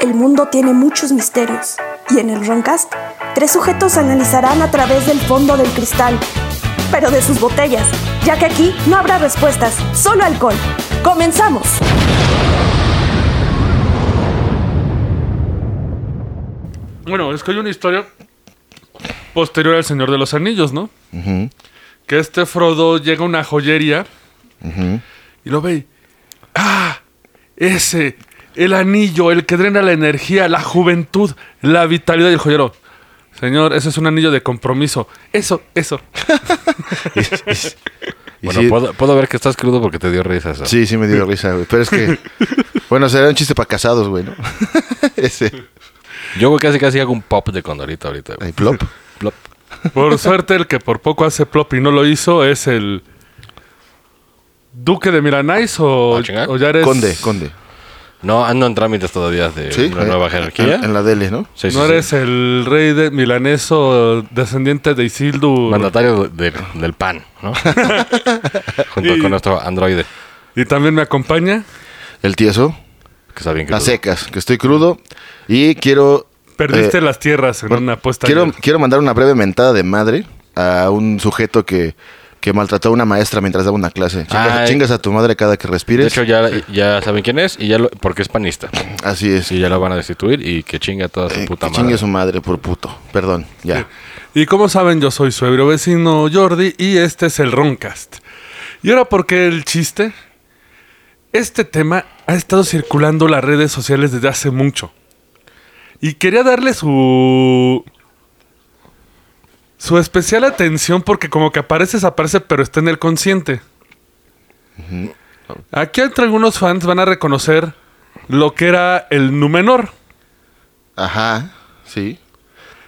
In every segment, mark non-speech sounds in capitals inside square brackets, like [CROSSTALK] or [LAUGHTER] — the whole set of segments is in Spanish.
El mundo tiene muchos misterios y en el Roncast, tres sujetos analizarán a través del fondo del cristal, pero de sus botellas, ya que aquí no habrá respuestas, solo alcohol. ¡Comenzamos! Bueno, es que hay una historia posterior al Señor de los Anillos, ¿no? Ujú, Que este Frodo llega a una joyería ujú. y lo ve. y, ¡Ah! Ese, el anillo, el que drena la energía, la juventud, la vitalidad del joyero. Señor, ese es un anillo de compromiso. Eso, eso. [LAUGHS] Y Bueno, sí, puedo, puedo ver que estás crudo porque te dio risas. ¿no? sí, sí me dio risa, güey. Pero es que. Bueno, será un chiste para casados, güey, [LAUGHS] ¿no? Ese. Yo güey, casi casi hago un pop de condorito ahorita. güey. Ahí, plop. Plop. [LAUGHS] Por suerte, el que por poco hace plop y no lo hizo es el. Duque de Miranais o, Ah, chinga. o ya eres. Conde, conde. No, ando en trámites todavía de Sí. una ahí- nueva jerarquía. En, en la DL, ¿no? Sí, sí, no sí. eres el rey de milaneso descendiente de Isildur. mandatario de- del PAN, [LAUGHS] ¿no? Junto con nuestro androide, Y también me acompaña. El tieso. que está bien A crudo. secas, que estoy crudo. Y quiero. Perdiste eh, las tierras en Bueno, una apuesta. Quiero, ayer. quiero mandar una breve mentada de madre a un sujeto que, que maltrató a una maestra mientras daba una clase. Chingas, Ay. chingas a tu madre cada que De respires. hecho, ya, ya saben quién es, y ya lo- porque es panista. Así es. Y ya lo van a destituir y que chinga toda su Eh, puta que chingue madre. su madre por puto. Perdón, ya. Y como saben, yo soy su ebrio vecino Jordi y este es el Roncast. Y ahora, ¿por qué el chiste? Este tema ha estado circulando las redes sociales desde hace mucho. Y quería darle su. su especial atención porque, como que aparece, desaparece, pero está en el consciente. Aquí, entre algunos fans, van a reconocer lo que era el Númenor. Ajá, sí.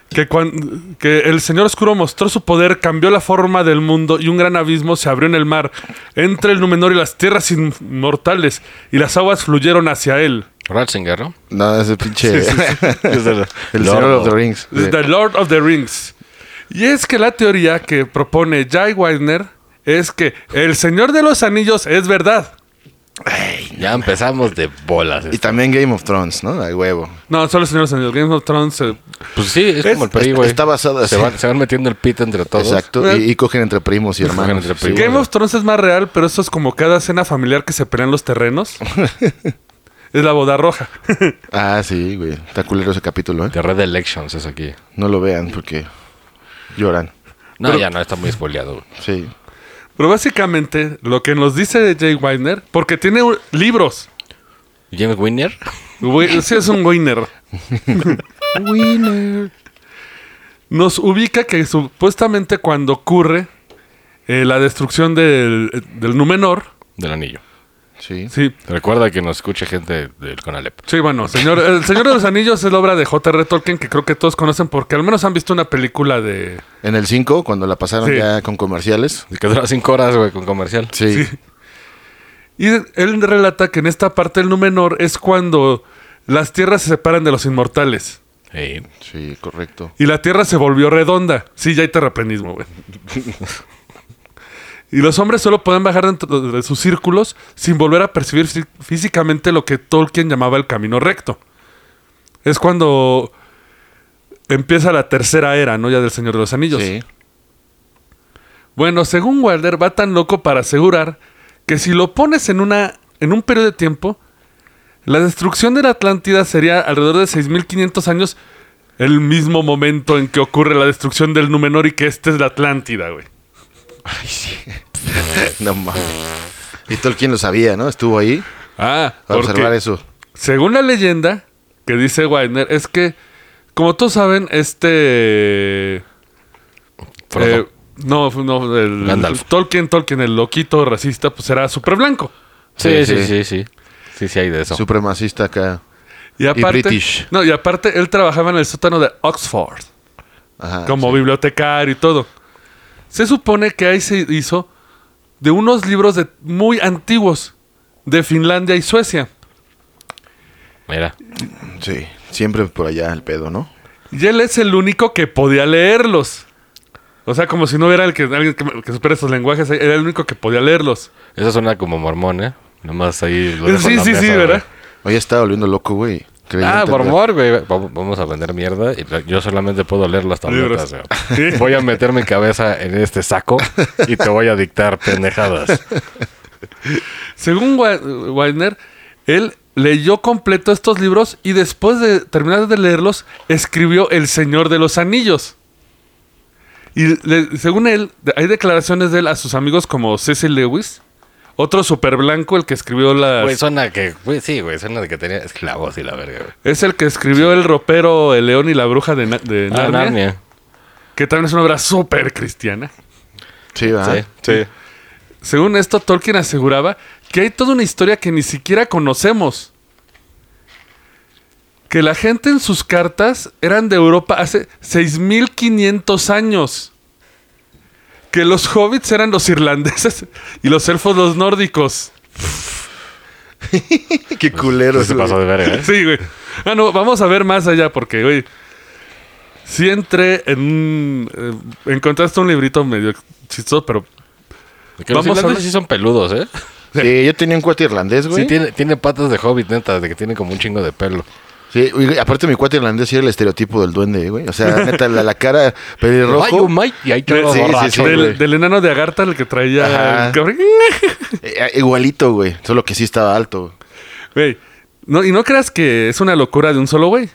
Que, cuan- que el Señor Oscuro mostró su poder, cambió la forma del mundo y un gran abismo se abrió en el mar entre el Númenor y las tierras inmortales y las aguas fluyeron hacia él. Ratzinger, ¿no? No, ese pinche. Es el, [LAUGHS] El Lord, Señor ¿no? of the Rings. Es The Lord of the Rings. Y es que la teoría que propone Jay Widener es que el Señor de los Anillos es verdad. Ya empezamos de bolas. Y también Game of Thrones, ¿no? Al huevo. No, solo el Señor de los Anillos. Game of Thrones. eh, Pues sí, es, Es- como el PRI, es- güey. está basado se así. van, se van metiendo el pit entre todos. Exacto. Y, y cogen entre primos y Cogen hermanos. entre Sí, primos. Game bueno. of Thrones es más real, pero eso es como cada cena familiar que se pelean los terrenos. es la boda roja. [LAUGHS] güey. Ah, sí, güey. Está culero ese capítulo, ¿eh? De Red Elections es aquí. No lo vean porque lloran. No, ya no, está muy espoleado. güey. Sí. Pero básicamente lo que nos dice Jay Weiner, porque tiene un- libros. James Winner. Güey, [LAUGHS] Sí es un Weiner. Winner. Nos ubica que supuestamente cuando ocurre eh, la destrucción del, del Númenor, [LAUGHS] del anillo. Sí. sí. Recuerda que nos escuche gente del Conalep. Sí, bueno, señor, el Señor de los Anillos es la obra de J.R. Tolkien que creo que todos conocen porque al menos han visto una película de... En el 5, cuando la pasaron Sí. ya con comerciales. Que dura cinco horas, güey, con comercial. Sí. Y él relata que en esta parte del Númenor es cuando las tierras se separan de los inmortales Sí. Sí, correcto. Y la Tierra se volvió redonda. Sí, ya hay terraplenismo, güey. y los hombres solo pueden bajar dentro de sus círculos sin volver a percibir fí- físicamente lo que Tolkien llamaba el camino recto. Es cuando empieza la tercera era, ¿no? Ya del Señor de los Anillos. Sí. Bueno, según Wilder, va tan loco para asegurar que si lo pones en, una, en un periodo de tiempo, la destrucción de la Atlántida sería alrededor de 6.500 años el mismo momento en que ocurre la destrucción del Númenor y que esta es la Atlántida, güey. No mames. Y Tolkien lo sabía, ¿no? Estuvo ahí Ah, a observar porque eso. según la leyenda que dice Weiner, es que, como todos saben, este... Frodo. eh, no, no, el, Gandalf. Tolkien, Tolkien, el loquito racista, pues era súper blanco. sí, sí, sí. sí, sí. Sí, sí, hay de eso. Supremacista acá. Y aparte, British. No, y aparte él trabajaba en el sótano de Oxford Ah, Ajá. como bibliotecario y todo. Se supone que ahí se hizo de unos libros de- muy antiguos de Finlandia y Suecia. Mira. Sí. Siempre por allá el pedo, ¿no? Y él es el único que podía leerlos. O sea, como si no hubiera el que, alguien que, que supiera esos lenguajes, era el único que podía leerlos. Eso suena como mormón, ¿eh? Nomás ahí. lo dejo Sí, en la sí, sí, mesa, ¿verdad? Hoy estaba volviendo loco, güey. creyente Ah, en Dios. Borbor, güey. Va- Vamos a vender mierda. y lo- Yo solamente puedo leer las tabletas. Libros. güey. Voy a meter mi cabeza en este saco y te voy a dictar [LAUGHS] pendejadas. Según Wa- Wagner, él leyó completo estos libros y después de terminar de leerlos, escribió El Señor de los Anillos. Y le- según él, de- hay declaraciones de él a sus amigos como Cecil Lewis, otro super blanco, el que escribió la... Güey, suena que. Güey, sí, güey. Suena de que tenía esclavos y la verga, güey. Es el que escribió El ropero, El león y la bruja de, Na- de Ah, Narnia, Narnia. que también es una obra súper cristiana. Sí, Ah, ¿verdad? Sí, sí. Según esto, Tolkien aseguraba que hay toda una historia que ni siquiera conocemos. Que la gente en sus cartas eran de Europa hace 6500 años. Que los hobbits eran los irlandeses y los elfos los nórdicos. [LAUGHS] Qué culero. Se güey. pasó de verga, ¿eh? [LAUGHS] Sí, güey. Ah, no, vamos a ver más allá porque, güey. Sí entré en un... eh, encontraste un librito medio chistoso, pero... Que los Vamos a irlandeses hablar- sí son peludos, ¿eh? Sí, yo tenía un cuate irlandés, güey. Sí, tiene, tiene patas de hobbit, neta, de que tiene como un chingo de pelo. Sí, güey, aparte mi cuate irlandés sí era el estereotipo del duende, güey. O [LAUGHS] sea, neta, la, la cara pelirrojo. Ay, oh, my, y ahí todo Sí, sí, borracho. sí, del, güey. del enano de Agartha, el que traía... Ajá. Eh, igualito, güey. Solo que sí estaba alto. güey. Güey, no, y no creas que es una locura de un solo güey.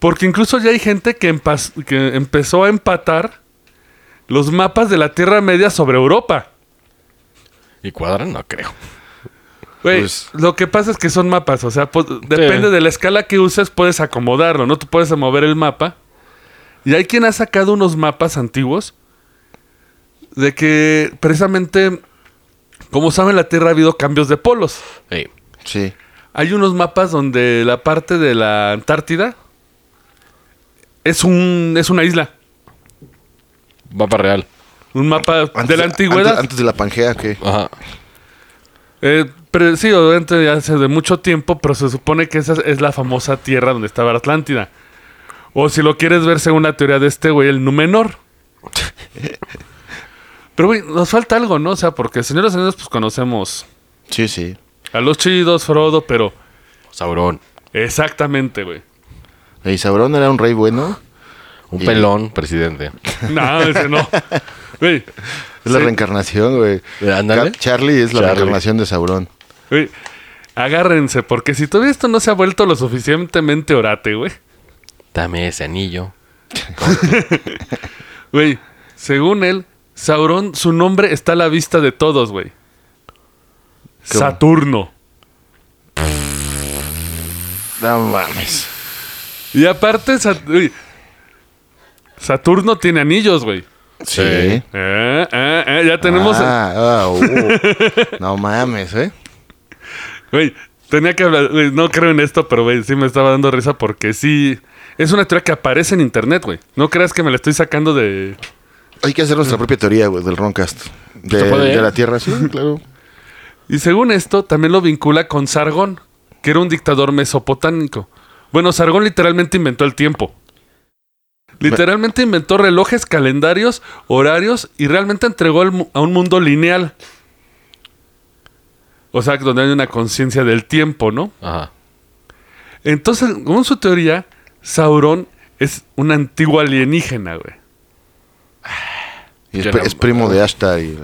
Porque incluso ya hay gente que, empas- que empezó a empatar los mapas de la Tierra Media sobre Europa. Y cuadran, no creo. Güey, Pues- lo que pasa es que son mapas, o sea, po- depende de la escala que uses, puedes acomodarlo, ¿no? Tú puedes mover el mapa. Y hay quien ha sacado unos mapas antiguos de que precisamente, como saben, la Tierra ha habido cambios de polos. Sí. Sí. Hay unos mapas donde la parte de la Antártida es un es una isla, Va para real. un mapa de la antigüedad. Antes, antes de la Pangea, que Ajá. Eh, pero sí, obviamente ya hace de mucho tiempo, pero se supone que esa es la famosa tierra donde estaba la Atlántida. O si lo quieres ver según la teoría de este güey, el Númenor. Pero güey, nos falta algo, ¿no? O sea, porque señores y señores, pues conocemos Sí, sí. a los chidos, Frodo, pero Saurón. exactamente, güey. Y Sabrón era un rey bueno. Un Y- pelón, presidente. [LAUGHS] No, ese no. Güey. Es la Sí. reencarnación, güey. Eh, ándale. Ca- Charlie es la Charlie. reencarnación de Saurón. Güey, agárrense, porque si todavía esto no se ha vuelto lo suficientemente orate, güey. Dame ese anillo. Güey, según él, Sauron, su nombre está a la vista de todos, güey. ¿Cómo? Saturno. No mames. Y aparte, Sat- güey, Saturno tiene anillos, güey. Sí. Sí. Eh, eh, eh, ya tenemos... Ah, ah, uh. no mames, ¿eh? Güey, tenía que hablar... güey, no creo en esto, pero, güey, sí me estaba dando risa porque sí... Es una teoría que aparece en internet, güey. No creas que me la estoy sacando de... Hay que hacer nuestra propia teoría, güey, del Roncast. De, ¿Se puede? de la Tierra, sí, claro. Y según esto, también lo vincula con Sargón, que era un dictador mesopotámico. Bueno, Sargón literalmente inventó el tiempo. Literalmente inventó relojes, calendarios, horarios y realmente entregó al mu- a un mundo lineal. O sea, donde hay una conciencia del tiempo, ¿no? Ajá. Entonces, según su teoría, Sauron es un antiguo alienígena, güey. Y es, Yo pri- no- es primo de Ashtar y...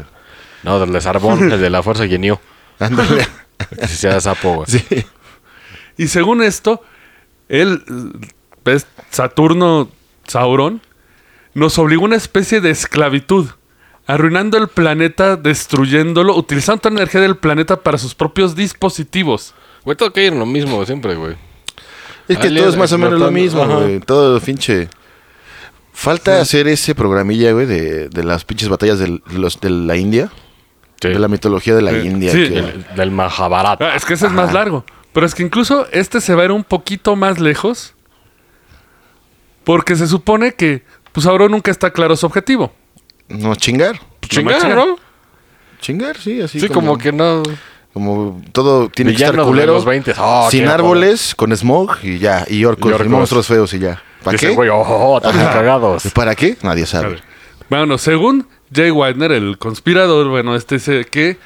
No, del de Sarbón, el de la fuerza Genio. Ándale. Que se sea sapo, güey. sí. Y según esto, él, eh, pues, Saturno Sauron, nos obligó a una especie de esclavitud, arruinando el planeta, destruyéndolo, utilizando toda la energía del planeta para sus propios dispositivos. Güey, todo cae en lo mismo siempre, güey. Es que Alien todo es más o menos lo explotando, mismo, ajá. güey. Todo pinche... Falta hacer ese programilla, güey, de, de las pinches batallas del- de, los, de la India. Sí. De la mitología de la Sí. India. Sí. que- Del, del Mahabharata. Ah, es que ese es más largo. Pero es que incluso este se va a ir un poquito más lejos, porque se supone que pues, Sauron nunca está claro su objetivo. No, chingar. Chingada, chingar. ¿no? Chingar, sí, así Sí, como que no. Como todo tiene que estar Villanos de culero. los 20. Ah, sin qué árboles, con smog y ya. Y orcos, Y y, orcos. monstruos feos y ya. ¿Para Dicen, qué? güey, oh, oh, oh, están cagados. ¿Y ¿Para qué? Nadie A sabe. ver. Bueno, según Jay Wagner, el conspirador, bueno, este dice que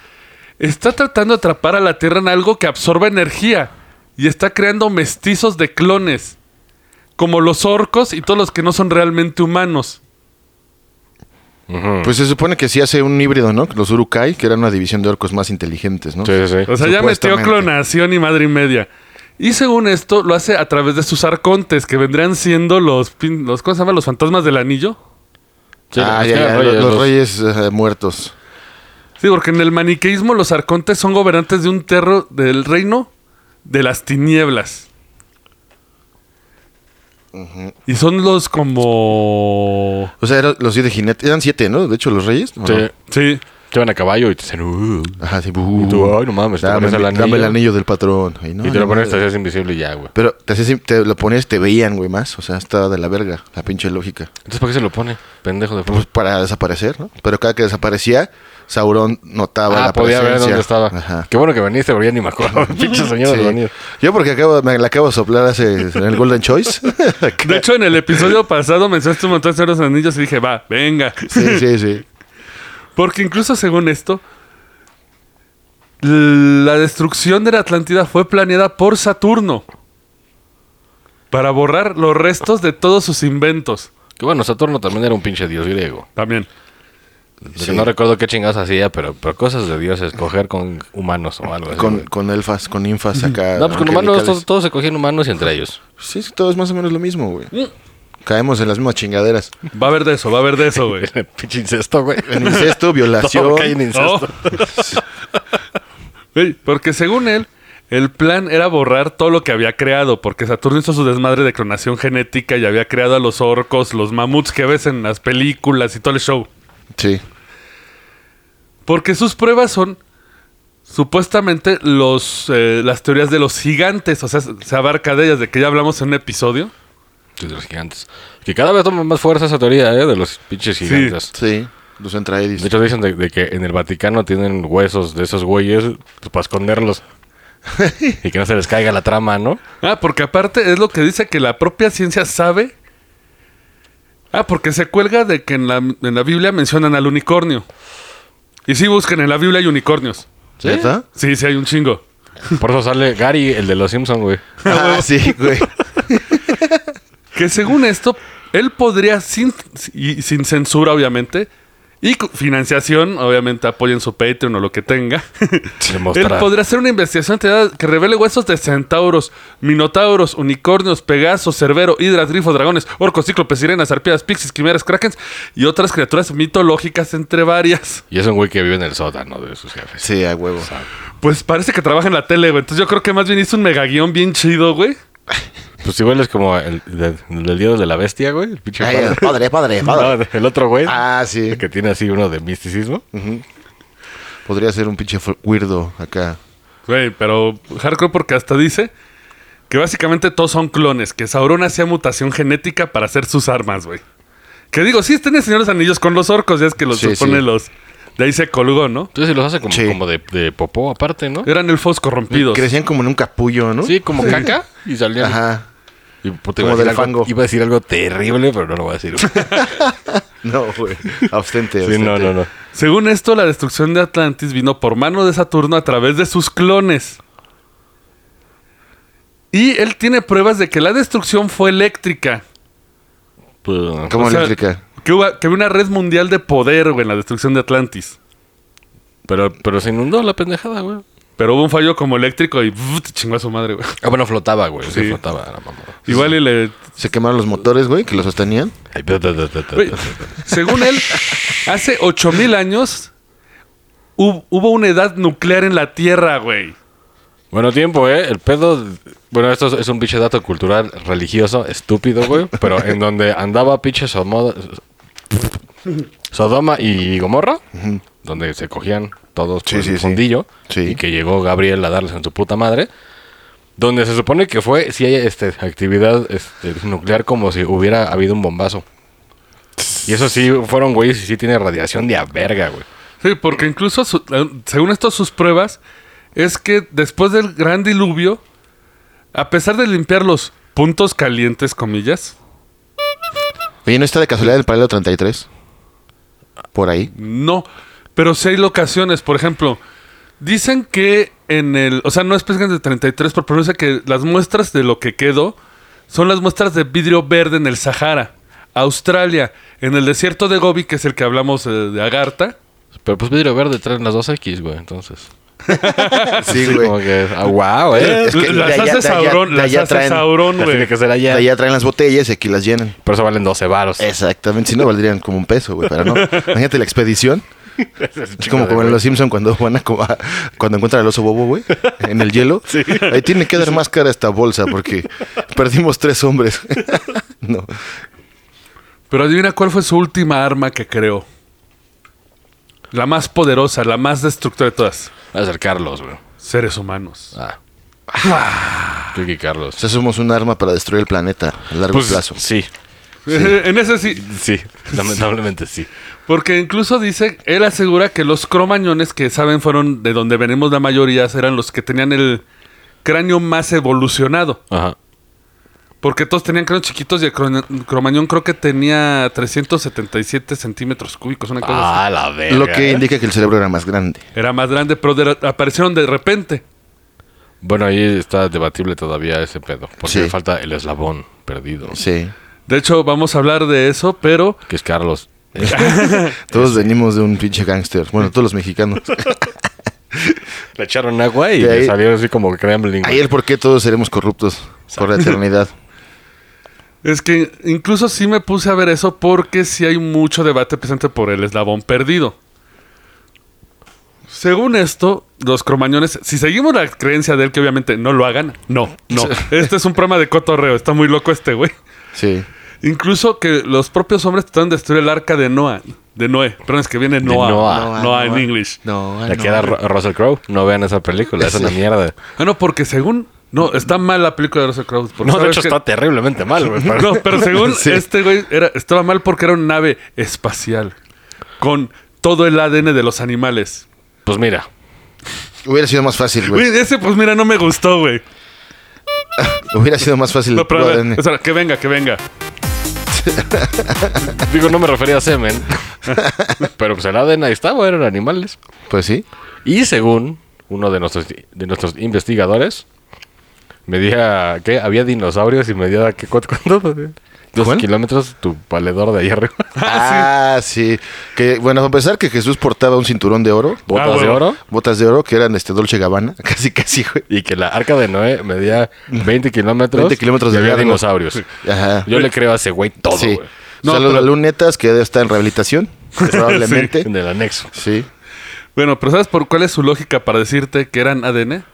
está tratando de atrapar a la Tierra en algo que absorba energía. y está creando mestizos de clones, como los orcos y todos los que no son realmente humanos. Ujú. Pues se supone que sí hace un híbrido, ¿no? Los Urukai, que eran una división de orcos más inteligentes, ¿no? sí, sí, sí. O sea, ya metió Supuestamente. clonación y madre y media. Y según esto, lo hace a través de sus arcontes, que vendrían siendo los, pin- los ¿cómo se llama? Los fantasmas del anillo. Sí, ah, los ya, ya, reyes, los, los los- reyes eh, muertos. Sí, porque en el maniqueísmo los arcontes son gobernantes de un terro del reino de las tinieblas. Y son los como... O sea, eran los siete jinetes. Eran siete, ¿no? De hecho, los reyes. ¿o no? Sí, Sí, llevan a caballo y te dicen, "Uh", Ajá, sí. buh. Y tú, ay, no mames, te dame, pones el dame el anillo. anillo del patrón. Ay, no, y te no lo pones, te mames. haces invisible y ya, güey. Pero te, hacías- te lo ponías, te veían, güey, más. O sea, está de la verga, la pinche lógica. Entonces, ¿para qué se lo pone? Pendejo de Pues para desaparecer, ¿no? Pero cada que desaparecía, Sauron notaba Ah, la podía ver presencia. dónde estaba. Ajá. Qué bueno que viniste, porque ya ni me [LAUGHS] acuerdo. Pinche señor Sí. de venir. Yo porque acabo, me la acabo de soplar hace en el Golden [LAUGHS] Choice. [LAUGHS] De hecho, en el episodio pasado mencionaste un montón de los anillos y dije, va, venga. sí, sí, sí. Pues Porque incluso según esto, la destrucción de la Atlántida fue planeada por Saturno para borrar los restos de todos sus inventos. Que bueno, Saturno también era un pinche dios griego. También. Lo Sí. que no recuerdo qué chingados hacía, pero, pero cosas de dioses, coger con humanos o algo así. Con, güey. con elfas, con infas acá. no, pues con humanos, angelicales. todos, todos se cogían humanos y entre [LAUGHS] ellos. Sí, es que todo es más o menos lo mismo, güey. Mm. Caemos en las mismas [LAUGHS] chingaderas. Va a haber de eso, va a haber de eso, güey. pinche incesto, güey. En incesto, Todo violación. cae en incesto. [LAUGHS] Güey, porque según él, el plan era borrar todo lo que había creado, porque Saturno hizo su desmadre de clonación genética y había creado a los orcos, los mamuts que ves en las películas y todo el show. Sí. Porque sus pruebas son supuestamente los, eh, las teorías de los gigantes, o sea, se abarca de ellas, de que ya hablamos en un episodio. [LAUGHS] Sí, De los gigantes. Que cada vez toma más fuerza esa teoría, ¿eh? De los pinches Sí. gigantes. Sí. Los entraedis. De hecho, dicen de, de que en el Vaticano tienen huesos de esos güeyes pues, [LAUGHS] para esconderlos. y que no se les caiga la trama, ¿no? Ah, porque aparte es lo que dice que la propia ciencia sabe. Ah, porque se cuelga de que en la, en la Biblia mencionan al unicornio. Y sí, busquen, en la Biblia hay unicornios. ¿Sí? ¿Verdad? Sí, sí, hay un chingo. Por eso sale Gary, el de los Simpsons, güey. Ah, [LAUGHS] sí, güey. Que según esto, él podría, sin, y sin censura, obviamente, y cu- financiación, obviamente apoyen su Patreon o lo que tenga. [LAUGHS] Demostrar. Él podría hacer una investigación detallada que revele huesos de centauros, minotauros, unicornios, pegasos, cerbero, hidras, grifos, dragones, orcos, cíclopes, sirenas, arpías, pixies, quimeras, krakens y otras criaturas mitológicas entre varias. Y es un güey que vive en el sótano de sus jefes. Sí, a [LAUGHS] huevo. Pues parece que trabaja en la tele, güey. Entonces yo creo que más bien hizo un megaguión bien chido, güey. Pues igual es como el, de- el del dios de la bestia, güey. El pinche Ay, padre. padre, padre, padre. [LAUGHS] No, el otro güey. Ah, sí. Que tiene así uno de misticismo. Podría ser un pinche fu- weirdo acá. Güey, pero hardcore porque hasta dice que básicamente todos son clones, que Sauron hacía mutación genética para hacer sus armas, güey. Que digo, sí, están enseñando los anillos con los orcos, ya es que los Sí, supone sí. los... De ahí se colgó, ¿no? Entonces los hace como, Sí. como de, de popó aparte, ¿no? Eran elfos corrompidos. Crecían como en un capullo, ¿no? Sí, como caca. Y salían. Ajá. Y, puta, Como iba a decir del algo- fango. Iba a decir algo terrible, pero no lo voy [LAUGHS] a decir. sí, No, güey. Abstente, abstente. no, no, no. Según esto, la destrucción de Atlantis vino por mano de Saturno a través de sus clones. Y él tiene pruebas de que la destrucción fue eléctrica. Pues, Como O sea, eléctrica. Que hubo, que había una red mundial de poder, güey, en la destrucción de Atlantis. Pero, pero se inundó la pendejada, güey. Pero hubo un fallo como eléctrico y ¡vut! chingó a su madre, güey. Ah, bueno, flotaba, güey. Sí, Sí. flotaba la mamá. Igual y le... Se quemaron los motores, güey, que los sostenían. Ay, ta, ta, ta, ta, ta, Güey, ta. según él, hace 8000 años hub- hubo una edad nuclear en la Tierra, güey. Bueno, tiempo, ¿eh? El pedo. Bueno, esto es- es un pinche dato cultural religioso estúpido, [LAUGHS] güey. Pero en donde andaba pinche Sodoma, Sodoma y Gomorra, donde se cogían todos Sí, por sí, el sí. fondillo. Sí. Y que llegó Gabriel a darles en su puta madre. Donde se supone que fue, si hay este, actividad este, nuclear, como si hubiera habido un bombazo. Y eso sí, fueron güeyes y sí tiene radiación de a verga, güey. Sí, porque incluso, su- eh, según esto, sus pruebas, es que después del gran diluvio, a pesar de limpiar los puntos calientes, comillas, Oye, ¿no está de casualidad el paralelo 33? Por ahí. no. Pero sí hay locaciones, por ejemplo, Dicen que en el. O sea, no especifican de 33, pero pronuncia que las muestras de lo que quedó son las muestras de vidrio verde en el Sahara, Australia, en el desierto de Gobi, que es el que hablamos eh, de Agartha. Pero pues vidrio verde trae las dos X, güey, entonces. Sí, Como güey. que, ah, wow, eh. Es que de las allá- hace de allá- Sauron, de las allá hace traen- Sauron, Las tiene güey. que ser allá. Allá traen las botellas y aquí las llenan. Por eso valen 12 varos. Exactamente, si no valdrían como un peso, güey, pero no. Imagínate la expedición. Es como, como en Los Simpson cuando van a co- a- cuando encuentran al oso bobo, güey, en el hielo. Ahí tiene que dar más cara esta bolsa porque perdimos tres hombres. [LAUGHS] no. Pero adivina cuál fue su última arma que creó. La más poderosa, la más destructora de todas. Va a ser Carlos, güey. Seres humanos. Ah. Ah. Ricky Carlos. O sea, somos un arma para destruir el planeta a largo Pues, plazo. Sí, [LAUGHS] en ese sí. sí. Lamentablemente sí. Porque incluso dice, él asegura que los cromañones que saben fueron de donde venimos la mayoría, eran los que tenían el cráneo más evolucionado. Ajá. Porque todos tenían cráneos chiquitos y el cron- cromañón creo que tenía 377 centímetros cúbicos, una cosa Ah, la verga. Lo que indica que el cerebro era más grande. así. Era más grande, pero de- aparecieron de repente. Bueno, ahí está debatible todavía ese pedo. Porque Sí. falta el eslabón perdido. Sí. De hecho, vamos a hablar de eso, pero Que [LAUGHS] es Carlos. Todos venimos de un pinche gángster. Bueno, todos los mexicanos. Le echaron agua y De ahí- le salió así como Kremlin. güey. Ahí el por qué todos seremos corruptos por la eternidad. es que incluso sí me puse a ver eso porque sí hay mucho debate presente por el eslabón perdido. Según esto, los cromañones, si seguimos la creencia de él, que obviamente no lo hagan, no, no. [LAUGHS] Este es un programa de cotorreo, está muy loco este güey. Sí. Incluso que los propios hombres trataron de destruir el arca de Noah. De Noé. Perdón, es que viene Noah. Noah. Noah, en English. Ah, No, La que era Ro- Russell Crowe. No vean esa película. Es una mierda. Ah, no, porque según... No, está mal la película de Russell Crowe. porque No, de sabes hecho que- está terriblemente mal, güey. [LAUGHS] pero- No, pero [LAUGHS] según Sí. este güey era- estaba mal porque era una nave espacial. Con todo el ADN de los animales. Pues mira. Hubiera sido más fácil, güey. Güey, ese pues mira, no me gustó, güey. Hubiera sido más [LAUGHS] fácil. No, pero a puro ver, ADN. o sea, que venga, que venga. Digo, no me refería a semen. [LAUGHS] pero pues el ADN ahí estaba, eran animales. Pues sí. Y según uno de nuestros, de nuestros investigadores, medía que había dinosaurios y medía que [LAUGHS] cuánto, cuánto? dos ¿Cuál? kilómetros tu valedor de ahí arriba. [LAUGHS] Ah, sí. Que, bueno, a pesar que Jesús portaba un cinturón de oro, Botas de bueno. oro. botas de oro que eran este Dolce Gabbana, [LAUGHS] casi casi, güey. Y que la arca de Noé medía 20 kilómetros. 20 kilómetros y de había largo. dinosaurios. Ajá. Yo le creo a ese güey todo, sí. güey. No, o sea, pero- los lunetas que ya está en [LAUGHS] rehabilitación, probablemente. En el anexo. sí. Bueno, pero ¿sabes por cuál es su lógica para decirte que eran ADN?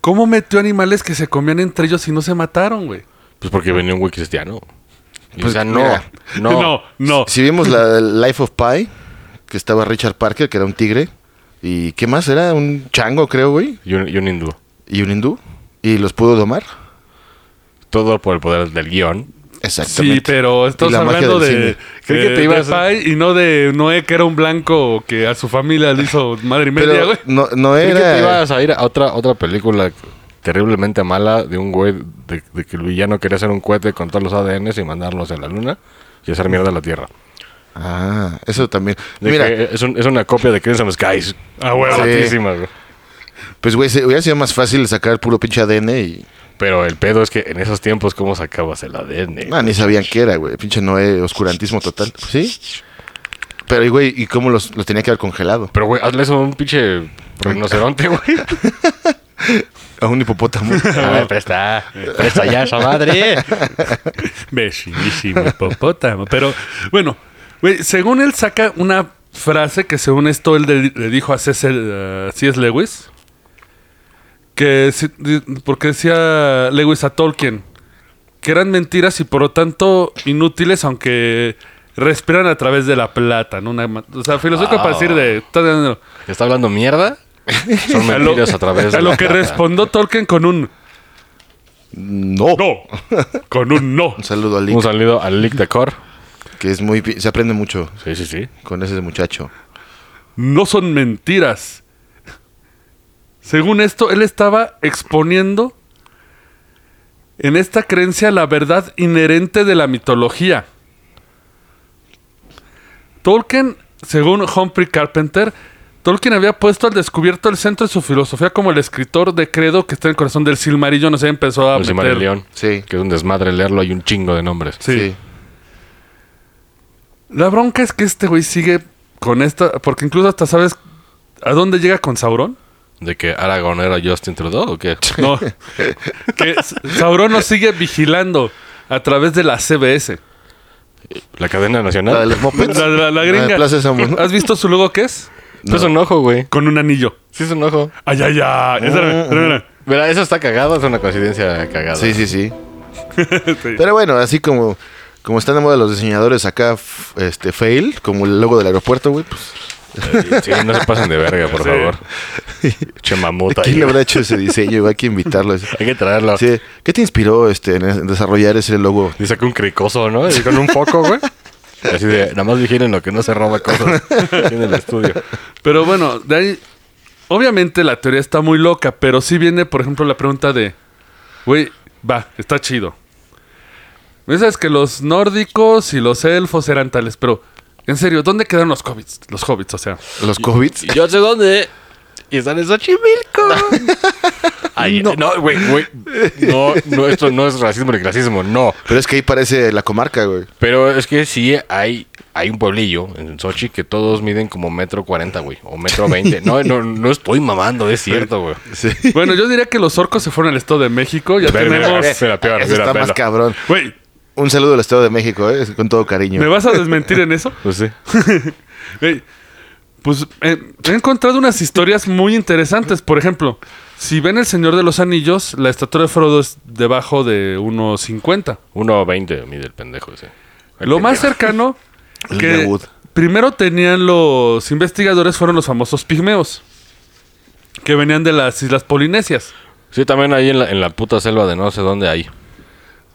¿Cómo metió animales que se comían entre ellos y no se mataron, güey? Pues porque venía un güey cristiano. Y, Pues, o sea, no, mira. no. no. no. Si vimos la Life of Pi, que estaba Richard Parker, que era un tigre. ¿Y qué más? Era un chango, creo, güey. Y un, y un hindú. Y un hindú. ¿Y los pudo domar? Todo por el poder del guión. Exactamente. Sí, pero Y estamos la magia hablando del de, eh, cine. Eh, Creí que de- te ibas de a- Pai y no de Noé, que era un blanco que a su familia le hizo madre y media, Pero güey. no, no Creí era... que te ibas a ir a otra, otra película terriblemente mala de un güey de, de que el villano quería hacer un cohete con todos los ADNs y mandarlos a la luna y hacer mierda a la Tierra. Ah, eso también. De Mira, que es, un- es una copia de Crimson Skies. Ah, huevo. Baratísima, güey. pues güey, se- hubiera sido más fácil sacar puro pinche ADN y... Pero el pedo es que en esos tiempos, ¿cómo sacabas el ADN? Ah, ni sabían qué era, güey. Pinche Noé, oscurantismo total. Sí. Pero, y, güey, ¿y cómo los, los tenía que haber congelado? Pero, güey, hazle eso a un pinche rinoceronte, güey. A un [LAUGHS] hipopótamo. [LAUGHS] A Ah, ver, presta, presta ya esa madre. Bellísimo hipopótamo. Pero bueno, güey, según él saca una frase que según esto él le, le dijo a C.S. uh, C.S. Lewis. Que si- di- porque decía Lewis a Tolkien que eran mentiras y por lo tanto inútiles, aunque respiran a través de la plata, ¿no? Una ma- o sea, filosófico Ah. para decir de. ¿Está [LAUGHS] hablando mierda? Son A lo- mentiras a través [LAUGHS] de a lo la que plata. respondió Tolkien con un no. no. Con un no. [LAUGHS] Un saludo a Lick, Un saludo al Lick de Cor. que es muy... pi- Se aprende mucho Sí, sí, sí. con ese muchacho. No son mentiras. Según esto, él estaba exponiendo en esta creencia la verdad inherente de la mitología. Tolkien, según Humphrey Carpenter, Tolkien había puesto al descubierto el centro de su filosofía como el escritor de credo que está en el corazón del Silmarillion. O sea, empezó a El meter- Silmarillion. Sí. Que es un desmadre leerlo, hay un chingo de nombres. Sí. La bronca es que este güey sigue con esta... Porque incluso hasta sabes a dónde llega con Sauron. ¿De que Aragorn era Justin Trudeau o qué? [LAUGHS] No. que S- Sauron nos sigue vigilando a través de la CBS. ¿La La cadena de nacional? los mopeds. La, la- la de gringa. Plaza Sésamo, [LAUGHS] ¿no? ¿Has visto su logo qué es? Sí Es un ojo, güey. Con un anillo. Sí es un ojo. Ay, ay, ay. Espérame, espérame. Verá, eso está cagado, es una coincidencia cagada. Sí, sí, sí. Pero bueno, así como, como están de moda los diseñadores acá, f- este, fail, como el logo del aeropuerto, güey, pues, Sí, no se pasen de verga, por Sí. [LAUGHS] favor. Che mamuta. ¿quién ahí. le habrá hecho ese diseño? güey? [LAUGHS] Hay que invitarlo. a eso. Hay que traerlo. Sí, ¿Qué te inspiró este, en en desarrollar ese logo? Y saca un cricoso, ¿no? Y con un foco, güey. Así de, nada más vigilen lo que no se roba cosas en el estudio. Pero bueno, de ahí. Obviamente la teoría está muy loca, pero sí viene, por ejemplo, la pregunta de. Güey, va, está chido. Me sabes que los nórdicos y los elfos eran tales, pero. En serio, ¿dónde quedaron los hobbits? Los hobbits, o [LAUGHS] sea. ¿Los COVID? yo sé dónde. Y están en Xochimilco. [LAUGHS] Ay, no, güey, güey. No, no, esto no es racismo ni clasismo, no. Pero es que ahí parece la comarca, güey. Pero es que sí hay, hay un pueblillo en Sochi que todos miden como metro cuarenta, güey. O metro veinte. No, no, no estoy mamando, es cierto, [LAUGHS] güey. Sí. Bueno, yo diría que los orcos se fueron al Estado de México. Ya Espera, tenemos. espera, peor, Eso espera, está más espera. cabrón. Güey, Un saludo al Estado de México, eh, con todo cariño. ¿me vas a desmentir en eso? Pues [LAUGHS] sí. Güey, pues eh, he encontrado unas historias muy interesantes. Por ejemplo, si ven El Señor de los Anillos, la estatura de Frodo es debajo de 1,50. Uno veinte mide el pendejo ese. El Lo más pendejo. cercano El que debut. primero tenían los investigadores fueron los famosos pigmeos, que venían de las islas polinesias. Sí, también ahí en la, en la puta selva de no sé dónde hay.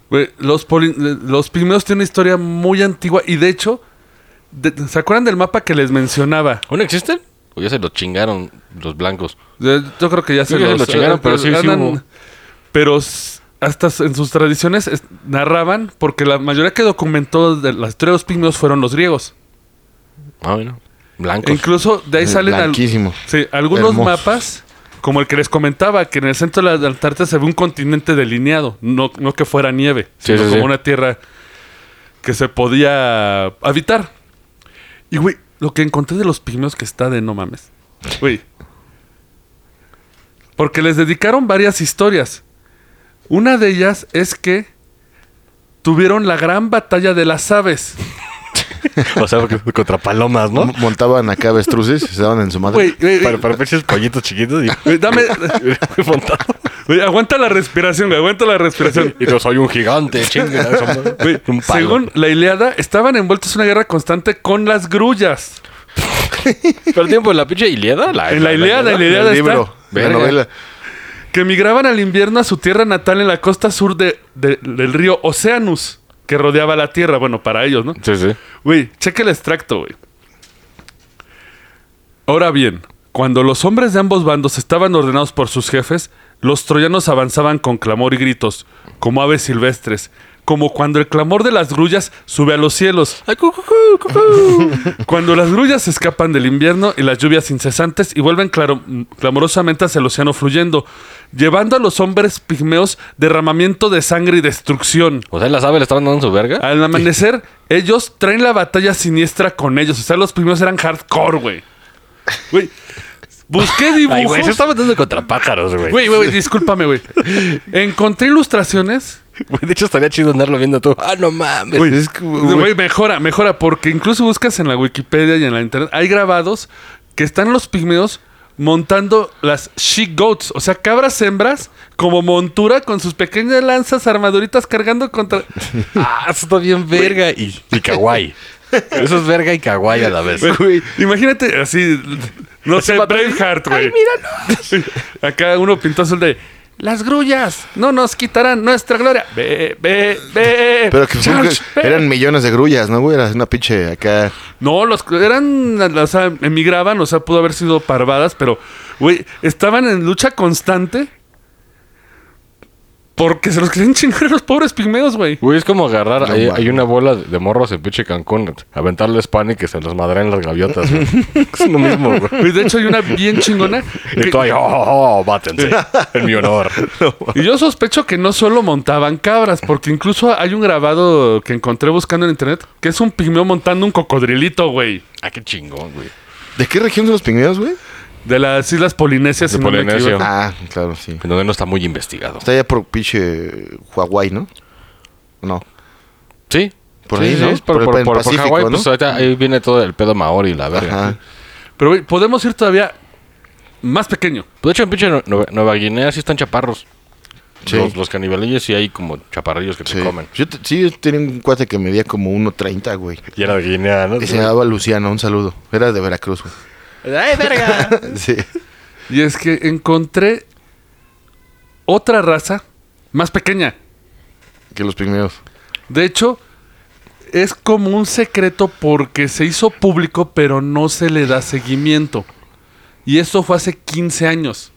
Güey, Los, poli- los pigmeos tienen una historia muy antigua y de hecho, de- ¿se acuerdan del mapa que les mencionaba? ¿Aún existen? O ya se lo chingaron los blancos. Eh, Yo creo que ya se Creo que los, se lo chingaron, pero sí, sí hubo. pero s- hasta s- en sus tradiciones es- narraban, porque la mayoría que documentó de la historia de los pigmeos fueron los griegos. Ah, bueno. E Blancos. incluso de ahí Eh, salen al- blanquísimo. sí, algunos Hermoso. mapas, como el que les comentaba, que en el centro de la Antártida se ve un continente delineado, no, no que fuera nieve, Sí, sino sí, sí. como una tierra que se podía habitar. Y güey, lo que encontré de los pigmeos que está de no mames. Güey. Porque les dedicaron varias historias. Una de ellas es que tuvieron la gran batalla de las aves. [LAUGHS] o sea, porque- contra palomas, ¿no? M- Montaban acá avestruces y se daban en su madre. Güey, güey, Para, güey, para pinches pollitos chiquitos. Y, güey, dame, [LAUGHS] montado. Güey, aguanta la respiración, güey, aguanta la respiración. y yo soy [LAUGHS] un gigante, chingue. Güey, un palo. según la Iliada, estaban envueltos en una guerra constante con las grullas. Pero el tiempo en la pinche Iliada. La, En la Iliada, en la Iliada el está. libro, Verga. la novela. Que migraban al invierno a su tierra natal en la costa sur de- de- del río Oceanus, que rodeaba la tierra, bueno, para ellos, ¿no? Sí, sí. Güey, cheque el extracto, güey. Ahora bien, cuando los hombres de ambos bandos estaban ordenados por sus jefes, los troyanos avanzaban con clamor y gritos, como aves silvestres, como cuando el clamor de las grullas sube a los cielos, Ay, cu, cu, cu, cu, cu. cuando las grullas escapan del invierno y las lluvias incesantes y vuelven claro- clamorosamente hacia el océano fluyendo, llevando a los hombres pigmeos derramamiento de sangre y destrucción. O sea, las aves le estaban dando su verga. Al amanecer, ellos traen la batalla siniestra con ellos. O sea, los primeros eran hardcore, güey. Güey, busqué dibujos. Ay, güey, se está metiendo contra pájaros, güey. Güey, güey, güey, discúlpame, güey. Encontré ilustraciones. Güey, De hecho, estaría chido andarlo viendo tú. Ah, no mames. Es que, güey, Güey, mejora, mejora, porque incluso buscas en la Wikipedia y en la internet. Hay grabados que están los pigmeos montando las she goats, o sea, cabras hembras como montura con sus pequeñas lanzas armaduritas cargando contra. Ah, eso está bien verga y, y kawaii. Eso es verga y kawaii a la vez. [LAUGHS] Güey, imagínate así, no sé, Braveheart, güey. [LAUGHS] Acá uno pintó azul de las grullas, no nos quitarán nuestra gloria. Ve, ve, ve. Pero que supongo que Charge, ve. eran millones de grullas, ¿no, güey? Era una pinche acá. No, los eran, o sea, emigraban, o sea, pudo haber sido parvadas, pero, güey, estaban en lucha constante. Porque se los querían [LAUGHS] chingar a los pobres pigmeos, güey. Güey, es como agarrar. No hay, mames. hay una bola de de morros en pinche Cancún. Aventarles pan y que se los madren las gaviotas. [LAUGHS] güey. es lo mismo, güey. Y de hecho hay una bien [LAUGHS] chingona. Y que- tú ahí, oh, oh, oh, bátense. En mi honor. Y yo sospecho que no solo montaban cabras, porque incluso hay un grabado que encontré buscando en internet que es un pigmeo montando un cocodrilito, güey. Ah, qué chingón, güey. ¿De qué región son los pigmeos, güey? De las Islas Polinesias. De si no me Polinesia. equivoco. Ah, claro, sí. En donde no está muy investigado. Está allá por pinche Hawái, ¿no? No. Sí. Por Sí, ahí, sí, ¿no? es Por Por, el- por- por el por Pacífico, Hawái, ¿no? pues ahorita ahí viene todo el pedo maori y la verga. Ajá. Pero, güey, podemos ir todavía más pequeño. Pues, De hecho, en pinche Nue- Nueva, Guinea sí están chaparros. Sí. Los, los canibalillos sí hay como chaparrillos que Sí. te comen. Yo te- sí, yo tenía un cuate que medía como 1.30, güey. Y era de Guinea, ¿no? Y se llamaba Luciano, un saludo. Era de Veracruz, [LAUGHS] güey. ¡Ay, verga! Sí. [LAUGHS] Y es que encontré otra raza más pequeña. Que los pigmeos. De hecho, es como un secreto porque se hizo público, pero no se le da seguimiento. Y esto fue hace 15 años.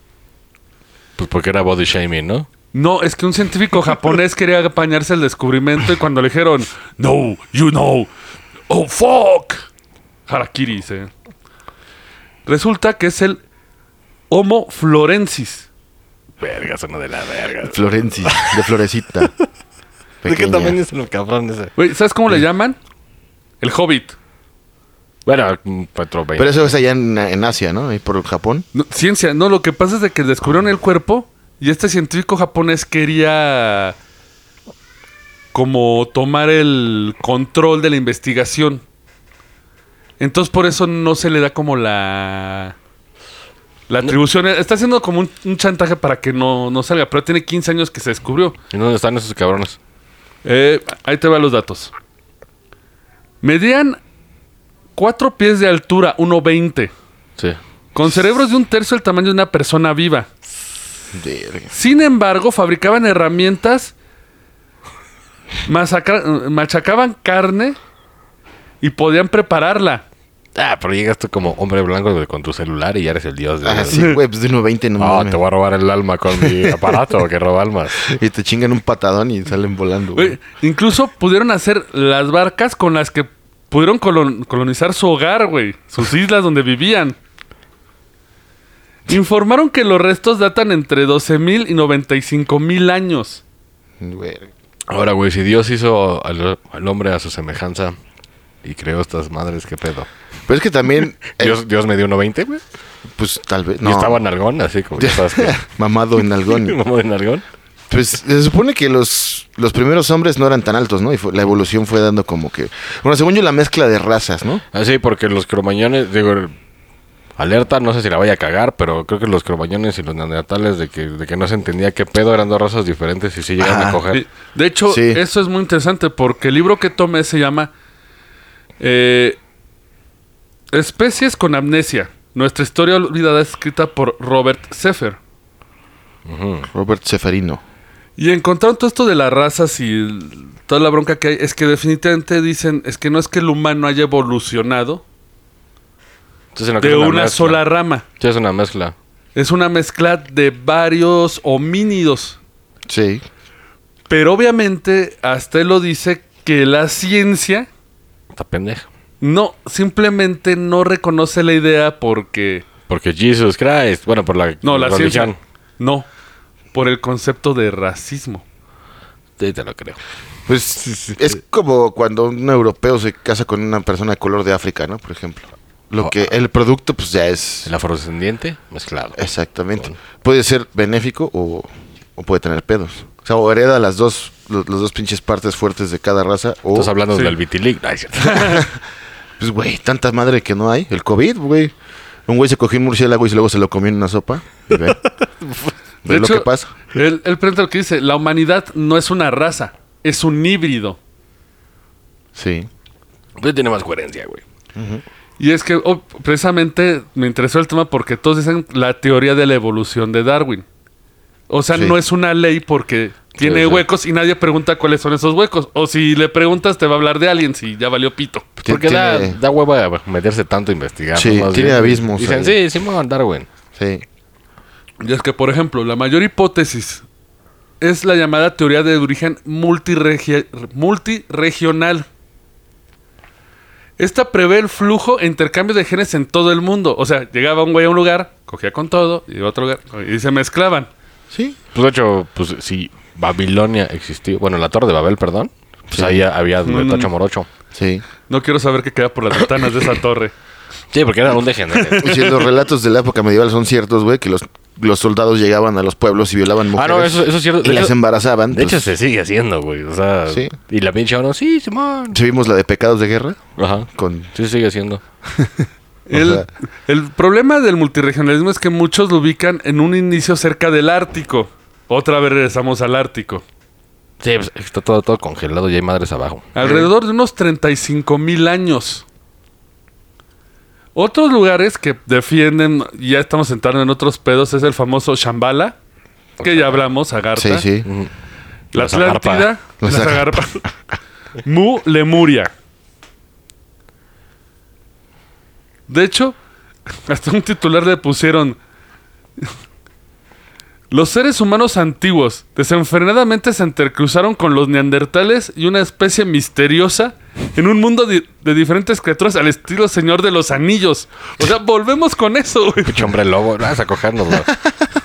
Pues porque era body shaming, ¿no? No, es que un científico japonés quería apañarse el descubrimiento y cuando le dijeron, no, you know, oh fuck, harakiri, dice. Resulta que es el Homo florensis. Verga, suena de la verga. Florenci, de [LAUGHS] Florecita. ¿De qué Pequeña. también es el cabrón ese? Güey, ¿Sabes cómo le llaman? El hobbit. Bueno, mm, Petro 20. Pero eso es allá en, en Asia, ¿no? Ahí por el Japón. No, ciencia, no, lo que pasa es de que descubrieron el cuerpo y este científico japonés quería como tomar el control de la investigación. Entonces por eso no se le da como la la atribución. Está haciendo como un, un chantaje para que no, no salga, pero tiene 15 años que se descubrió. ¿Y dónde están esos cabrones? Eh, ahí te van los datos. Medían 4 pies de altura, 1.20. Sí. Con cerebros de un tercio del tamaño de una persona viva. Verga. Sin embargo, fabricaban herramientas, masacra- machacaban carne y podían prepararla. Ah, pero llegas tú como hombre blanco güey, con tu celular y ya eres el dios. de- Ah, sí, güey, pues de 1.20 no Ah, mames. te voy a robar el alma con [LAUGHS] mi aparato que roba almas. Y te chingan un patadón y salen volando, Güey, güey. Eh, incluso pudieron hacer las barcas con las que pudieron colon- colonizar su hogar, güey, sus islas donde vivían. Informaron que los restos datan entre 12.000 y 95.000 años. Güey. Ahora, güey, si Dios hizo al, al hombre a su semejanza y creó estas madres, ¿qué pedo? Pero es que [LAUGHS] también, eh, Dios, Dios me dio 1.20, güey. pues tal vez. Y No. estaba nalgón, así como ya [LAUGHS] sabes que... [LAUGHS] Mamado en [LAUGHS] algón. Mamá de nalgón. Pues se supone que los, los primeros hombres no eran tan altos, ¿no? Y fue- la evolución fue dando como que. Bueno, según yo, la mezcla de razas, ¿no? Ah, sí, porque los cromañones, digo, el- alerta, no sé si la vaya a cagar, pero creo que los cromañones y los neandertales de que, de que no se entendía qué pedo eran dos razas diferentes y sí llegaron Ajá. a coger. Sí. De hecho, Sí. eso es muy interesante porque el libro que tomé se llama eh, Especies con amnesia. Nuestra historia olvidada escrita por Robert Seffer. Robert Seferino. Y encontraron todo esto de las razas y el- toda la bronca que hay. Es que definitivamente dicen, es que no es que el humano haya evolucionado Entonces, en lo que de es una mezcla. sola rama. Sí, es una mezcla. Es una mezcla de varios homínidos. Sí. Pero obviamente, hasta él lo dice que la ciencia Está pendeja. No, simplemente no reconoce la idea porque. Porque Jesus Christ, bueno, por la, No, la religión. ciencia. No, por el concepto de racismo. Sí, te lo creo. Pues es como cuando un europeo se casa con una persona de color de África, ¿no? Por ejemplo. Lo que el producto, pues ya es. Oh, ah. El afrodescendiente mezclado. Exactamente. Puede ser benéfico o, o puede tener pedos. O sea, o hereda las dos, lo- los, dos pinches partes fuertes de cada raza. O, Estás hablando sí. del vitiligo. [LAUGHS] Ay, cierto. pues, güey, tanta madre que no hay. El COVID, güey. Un güey se cogió un murciélago y luego se lo comió en una sopa. Y [LAUGHS] ve. Ve lo que pasa. Él, él presenta lo que dice: la humanidad no es una raza, es un híbrido. Sí. Pues tiene más coherencia, güey. Y es que oh, precisamente me interesó el tema porque todos dicen la teoría de la evolución de Darwin. O sea, Sí. no es una ley porque tiene Sí, sí. huecos y nadie pregunta cuáles son esos huecos. O si le preguntas, te va a hablar de aliens y ya valió pito. Ti- Porque da, tiene- da hueva meterse tanto a investigar. Sí, ¿no? Más tiene bien, abismos Dicen, ahí. sí, sí, me va a andar, güey. Sí. Y es que, por ejemplo, la mayor hipótesis es la llamada teoría de origen multirregi- multiregional. Esta prevé el flujo e intercambio de genes en todo el mundo. O sea, llegaba un güey a un lugar, cogía con todo, y iba a otro lugar, y se mezclaban. Sí. Pues de hecho, pues si Babilonia existió, bueno, la Torre de Babel, perdón, pues Sí. Mm. ahí había No, no, de Tocho no. Morocho. Sí. No quiero saber qué queda por las ventanas de esa torre. Sí, porque era un [LAUGHS] degenerado. Y si los relatos de la época medieval son ciertos, güey, que los, los soldados llegaban a los pueblos y violaban ah, mujeres. no, eso, eso es cierto. Y De las hecho, embarazaban. de hecho, pues, se sigue haciendo, güey. O sea, Sí. y la pinche ahora, sí, Simón. ¿sí vimos la de pecados de guerra? Ajá. Con... Sí, sigue haciendo. El, sea- el problema del multiregionalismo es que muchos lo ubican en un inicio cerca del Ártico. Otra vez regresamos al Ártico. Sí, pues, está todo, todo congelado y hay madres abajo. Eh. Alrededor de unos 35 mil años. Otros lugares que defienden, y ya estamos entrando en otros pedos, es el famoso Shambhala, que ya hablamos, Agartha. Sí, sí. La Las Agarpa. Atlántida, Las las Agarpa. [LAUGHS] Mu Lemuria. De hecho, hasta un titular le pusieron. Los seres humanos antiguos desenfrenadamente se intercruzaron con los neandertales y una especie misteriosa en un mundo di- de diferentes criaturas al estilo Señor de los Anillos. O sea, volvemos con eso, [LAUGHS] güey. Pinche hombre lobo, vas a cogernos,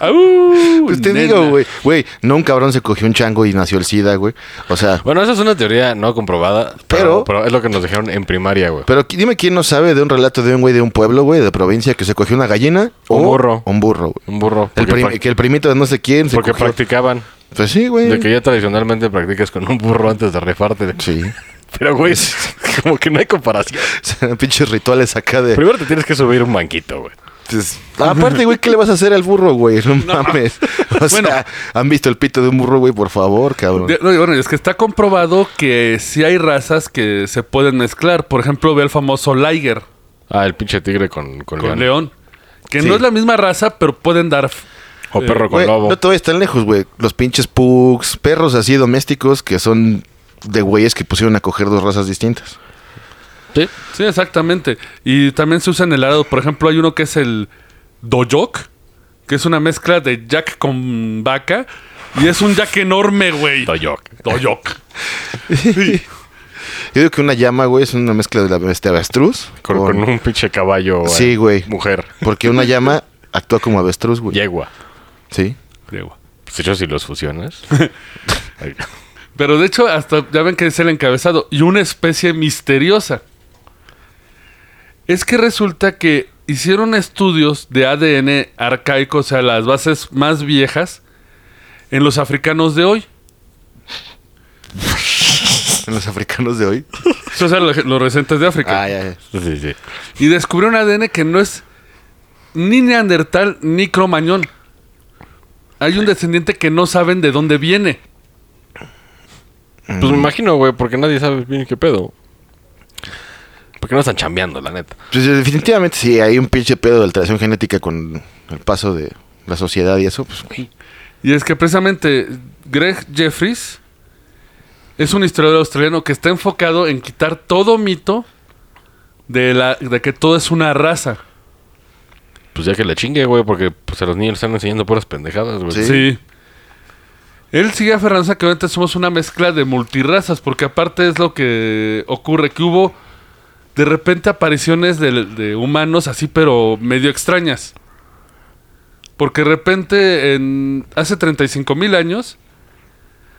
Au, Pues te nena. digo, güey. Güey, no un cabrón se cogió un chango y nació el SIDA, güey. O sea, Bueno, esa es una teoría no comprobada, Pero- pero, pero es lo que nos dijeron en primaria, güey. pero qui- dime quién no sabe de un relato de un güey de un pueblo, güey, de provincia, que se cogió una gallina Un o burro. Un burro, güey. Un burro. El Porque, prim- prac- que el primito de no sé quién se porque cogió- practicaban. Pues sí, De güey. que ya tradicionalmente practicas con un burro antes de rifarte. Sí. [LAUGHS] Pero, güey, como que no hay comparación. Serán pinches rituales acá de... Primero te tienes que subir un banquito, güey. Pues, aparte, güey, ¿qué le vas a hacer al burro, güey? [LAUGHS] No, mames. O Bueno. sea, ¿han visto el pito de un burro, güey? Por favor, cabrón. De- no, bueno, es que está comprobado que sí hay razas que se pueden mezclar. Por ejemplo, ve el famoso Liger Ah, el pinche tigre con, con, con león. león. Que Sí. no es la misma raza, pero pueden dar... f- O perro con Güey, lobo. no te vayas tan lejos, güey. Los pinches pugs, perros así domésticos que son de güeyes que pusieron a coger dos razas distintas. Sí. Sí, exactamente. Y también se usa en el arado. Por ejemplo, hay uno que es el Doyok, que es una mezcla de jack con vaca. Y es un jack enorme, güey. Doyok. [LAUGHS] Doyok. Yo digo que una llama, güey, es una mezcla de la bestia avestruz. Con, con un pinche caballo. eh, Sí, güey. Mujer. Porque una llama actúa como avestruz, güey. Yegua. Sí. Yegua. Pues de hecho, si [LAUGHS] los fusionas. Ay, Pero de hecho, hasta ya ven que es el encabezado. Y una especie misteriosa. Es que resulta que hicieron estudios de ADN arcaico, o sea, las bases más viejas, en los africanos de hoy. En los africanos de [LAUGHS] hoy. O sea, los, los recientes de África. Ah, ya, ya. sí, sí. Y descubrieron ADN que no es ni neandertal ni cromañón. Hay un descendiente que no saben de dónde viene. Pues me imagino, güey, porque nadie sabe bien qué pedo. Porque no están chambeando, la neta. Pues eh, definitivamente sí, hay un pinche pedo de alteración genética con el paso de la sociedad y eso, pues, güey. Y es que precisamente Greg Jeffries es un historiador australiano que está enfocado en quitar todo mito de, la, de que todo es una raza. Pues ya que la chingue, güey, porque pues, a los niños les están enseñando puras pendejadas, güey. Sí. Sí. Él sigue aferrándose a que ahorita somos una mezcla de multirrazas, porque aparte es lo que ocurre, que hubo de repente apariciones de, de humanos así, pero medio extrañas. Porque de repente, en, hace 35 mil años,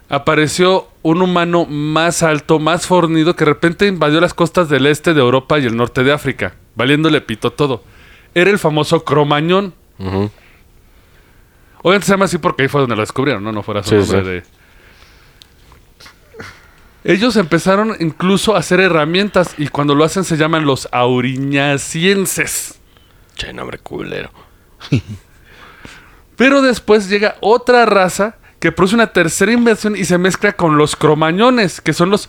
apareció un humano más alto, más fornido, que de repente invadió las costas del este de Europa y el norte de África, valiéndole pito todo. Era el famoso Cromañón. Ujú. Obviamente se llama así porque ahí fue donde lo descubrieron, ¿no? No fuera su Sí, nombre sí. de... Ellos empezaron incluso a hacer herramientas y cuando lo hacen se llaman los auriñacienses. Che, nombre culero. Pero después llega otra raza que produce una tercera invención y se mezcla con los cromañones, que son los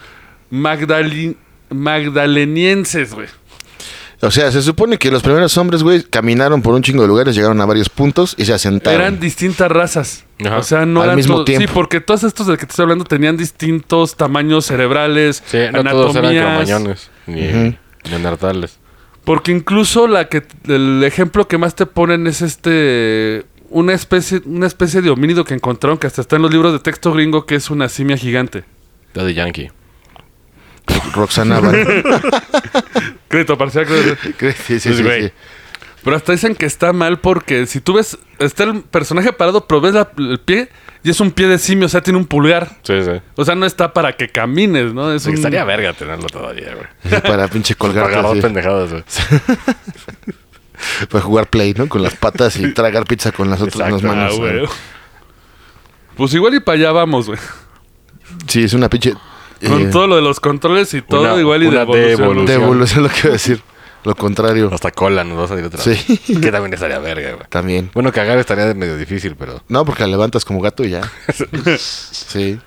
magdali- magdalenienses, güey. O sea, se supone que los primeros hombres, güey, caminaron por un chingo de lugares, llegaron a varios puntos y se asentaron. Eran distintas razas. Ajá. O sea, no Al eran mismo todos- Sí, tiempo. porque todos estos de que te estoy hablando tenían distintos tamaños cerebrales, Sí, no todos eran anatomías. cromañones. Ni Ujú. neandertales. Porque incluso la que el ejemplo que más te ponen es este una especie, una especie de homínido que encontraron que hasta está en los libros de texto gringo, que es una simia gigante. Daddy Yankee. Roxana Val- Crédito parcial, crédito. Sí, sí, sí, Pues, sí. güey. Pero hasta dicen que está mal porque si tú ves, está el personaje parado, pero ves la- el pie y es un pie de simio, o sea, tiene un pulgar. Sí, sí. O sea, no está para que camines, ¿no? Es un- Pues Estaría verga tenerlo todavía, güey. Sí, Para pinche colgar Pues, Para agarrar pendejadas, güey. Para jugar play, ¿no? Con las patas y tragar pizza con las otras Exacto, las Ah, manos. güey. Pues igual y para allá vamos, güey. sí, es una pinche. Con eh, todo lo de los controles y todo una- igual y de una evolución. devolución. de evolución lo que iba a decir. Lo contrario. Hasta cola nos vas a ir otra Sí. vez. Que también estaría verga, güey. También. Bueno, cagar estaría de medio difícil, pero. No, porque la levantas como gato y ya. Sí.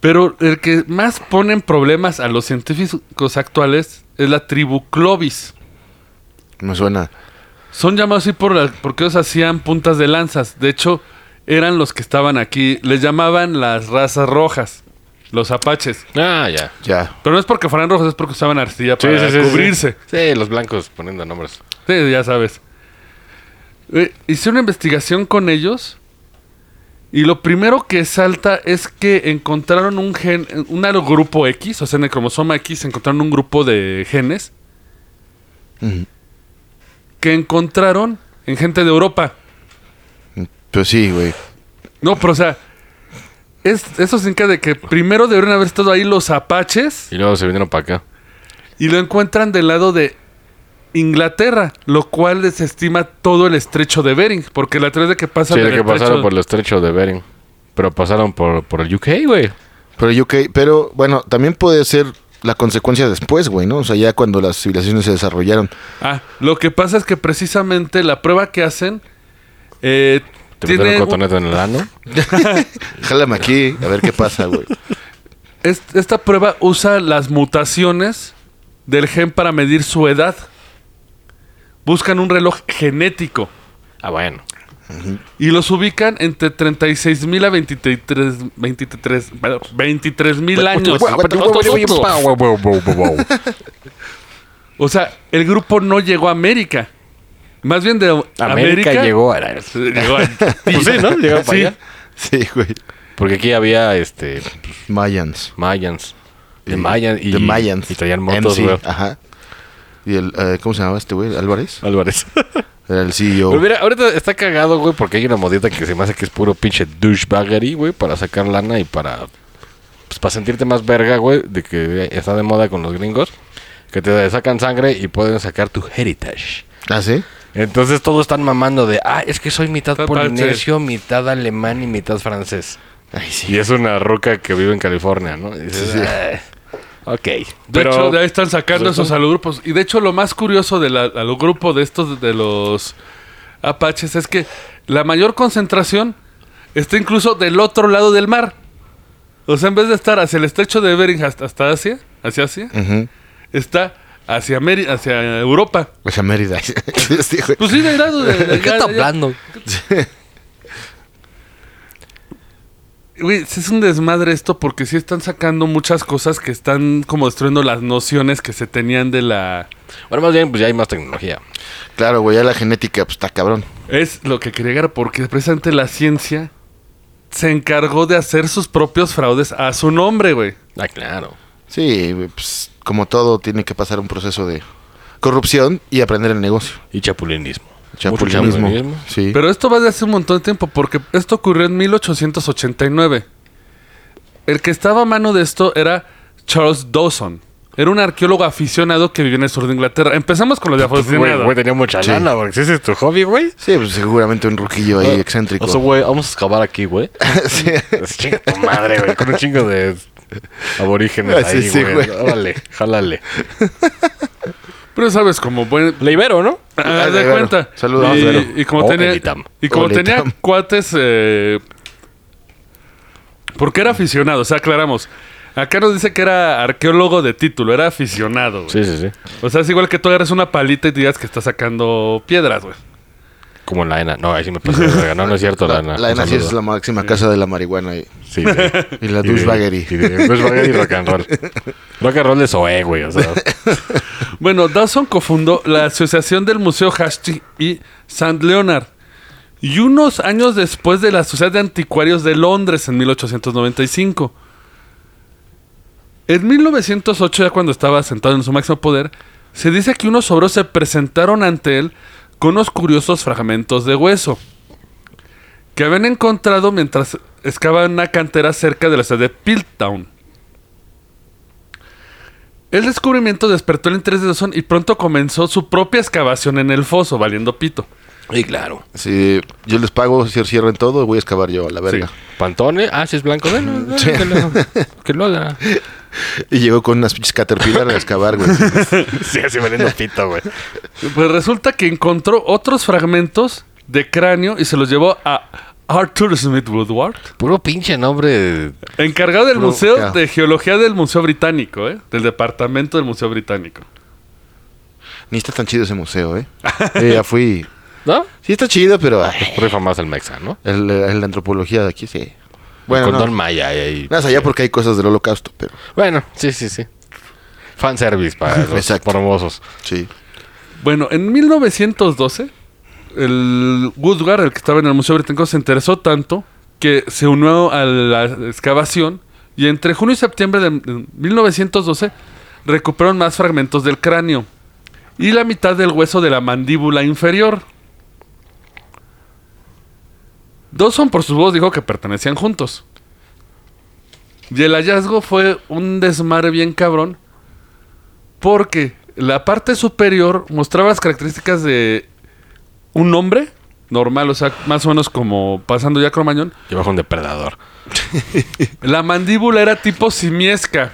Pero el que más pone en problemas a los científicos actuales es la tribu Clovis. Me suena. Son llamados así por la- porque ellos hacían puntas de lanzas. De hecho, eran los que estaban aquí. Les llamaban las razas rojas, los apaches. Ah, ya. Ya. Pero no es porque fueran rojos, es porque usaban arcilla Sí, para sí, sí, sí, cubrirse. Sí. Sí, los blancos poniendo nombres. Sí, ya sabes. Eh, hice una investigación con ellos y lo primero que salta es que encontraron un gen, un grupo X, o sea, en el cromosoma X encontraron un grupo de genes Ujú. que encontraron en gente de Europa. Pues sí, güey. No, pero o sea, es- eso se de que primero deberían haber estado ahí los apaches Y luego se vinieron para acá. y lo encuentran del lado de Inglaterra, lo cual desestima todo el estrecho de Bering, porque la teoría de que pasa Sí, de que pasaron por el estrecho de Bering. Pero pasaron por, por el UK, güey. Pero UK, pero bueno, también puede ser la consecuencia después, güey, ¿no? O sea, ya cuando las civilizaciones se desarrollaron. Ah, lo que pasa es que precisamente la prueba que hacen eh, Te tiene metieron un- cotonete en el ano. Jálame aquí, a ver qué pasa, güey. es- esta prueba usa las mutaciones del gen para medir su edad. Buscan un reloj genético Ah, bueno. y los ubican entre 36 mil a 23 23 mil pues, años. O sea, el grupo no llegó a América. Más bien de América, [LAUGHS] América llegó a... [LAUGHS] llegó a- Pues sí, ¿no? Llegó para Sí. allá. Sí, güey. [LAUGHS] Porque aquí había este Mayans. Mayans. De Mayans. Y, de Mayans. Y traían motos, MC, güey. Ajá. Y el, eh, ¿cómo se llamaba este güey? ¿Álvarez? Álvarez. Era el [LAUGHS] E Pero CEO. mira, ahorita está cagado, güey, porque hay una modita que se me hace que es puro pinche douchebaggery, güey, para sacar lana y para. Pues para sentirte más verga, güey, de que está de moda con los gringos. Que te sacan sangre y pueden sacar tu heritage. ¿Ah, sí? Entonces todos están mamando de, ah, es que soy mitad Está polinesio, mitad alemán y mitad francés. Ay, sí. Y es una roca que vive en California, ¿no? Y dices, Sí, sí. "Ah, ok. De Pero- hecho, de ahí están sacando pues, esos alogrupos. Y de hecho, lo más curioso del al- alogrupo de estos, de los apaches, es que la mayor concentración está incluso del otro lado del mar. O sea, en vez de estar hacia el estrecho de Bering hasta, hasta Asia, hacia Asia, Ujú. está hacia, Ameri- hacia Europa. O sea, Mérida. [LAUGHS] Sí, güey. Pues sí, de grado. De, de- ¿Qué está de- hablando? Güey, sí es un desmadre esto porque sí están sacando muchas cosas que están como destruyendo las nociones que se tenían de la... Bueno, más bien, pues ya hay más tecnología. Claro, güey, ya la genética pues, está cabrón. Es lo que quería llegar, porque precisamente la ciencia se encargó de hacer sus propios fraudes a su nombre, güey. Ah, claro. Sí, güey, pues como todo tiene que pasar un proceso de corrupción y aprender el negocio. Y chapulinismo. Mucho Chapulinismo. chapulinismo. Sí. Pero esto va de hace un montón de tiempo, porque esto ocurrió en 1889. El que estaba a mano de esto era Charles Dawson. Era un arqueólogo aficionado que vivió en el sur de Inglaterra. Empezamos con lo de Güey, aficionado. güey, tenía mucha Sí. lana, porque si ese es tu hobby, güey. Sí, pues seguramente un ruquillo ahí Ah, excéntrico. O sea, güey, vamos a excavar aquí, güey. [LAUGHS] Sí. Es Chinga tu madre, güey. Con un chingo de aborígenes Ah, sí, ahí, sí, güey. güey. Órale, jálale. Pero sabes, como buen... Le ibero, ¿no? Ah, haz de Ibero. cuenta. Saludos, y, Ibero. y como O tenía, el Itam. y como O el tenía Itam. cuates, eh, porque era aficionado, o sea, aclaramos. Acá nos dice que era arqueólogo de título, era aficionado, güey. Sí, sí, sí. O sea, es igual que tú agarres una palita y digas que estás sacando piedras, güey. Como en la ENA. No, ahí sí me pasé. de verga. No, no es cierto, la ENA. La, la Un ENA sí es saludo. la máxima casa de la marihuana y, Sí, güey. y la Y de- douchebaggery. Y de douchebaggery y rock [LAUGHS] and roll. Rock and roll de Zoé, güey. O sea, Bueno, Dawson cofundó la Asociación del Museo Hashti y St. Leonard. Y unos años después de la Sociedad de Anticuarios de Londres en 1895. En 1908, ya cuando estaba sentado en su máximo poder, se dice que unos obreros se presentaron ante él con unos curiosos fragmentos de hueso que habían encontrado mientras excavaban una cantera cerca de la ciudad de Piltdown. El descubrimiento despertó el interés de Dawson y pronto comenzó su propia excavación en el foso, valiendo pito. y claro. Si yo les pago, si cierren todo, voy a excavar yo a la verga. Pantone, ah, si es blanco, bueno, bueno, que, lo, que lo [LAUGHS] haga. Y llegó con unas pinches caterpillar a excavar, güey. Sí, así valiendo pito, güey. Pues resulta que encontró otros fragmentos de cráneo y se los llevó a Arthur Smith Woodward, Puro pinche nombre. encargado del Puro- Museo ya. de Geología del Museo Británico, ¿eh? del Departamento del Museo Británico. Ni está tan chido ese museo, ¿eh? Yo ya fui. ¿No? Sí está chido, pero ay, Rifa más el Mexa, ¿no? el- el- la antropología de aquí sí. Bueno, Con no, Don Maya y ahí. más allá porque hay cosas del holocausto, pero Bueno, sí, sí, sí. Fanservice [LAUGHS] para los Exacto. hermosos. sí. Bueno, en 1912, el Woodward, el que estaba en el Museo Británico, se interesó tanto que se unió a la excavación y entre junio y septiembre de 1912 recuperaron más fragmentos del cráneo y la mitad del hueso de la mandíbula inferior. Dawson, por su voz, dijo que pertenecían juntos. Y el hallazgo fue un desmadre bien cabrón porque la parte superior mostraba las características de un hombre normal, o sea, más o menos como pasando ya Cromañón. Yo bajo un depredador. La mandíbula era tipo simiesca.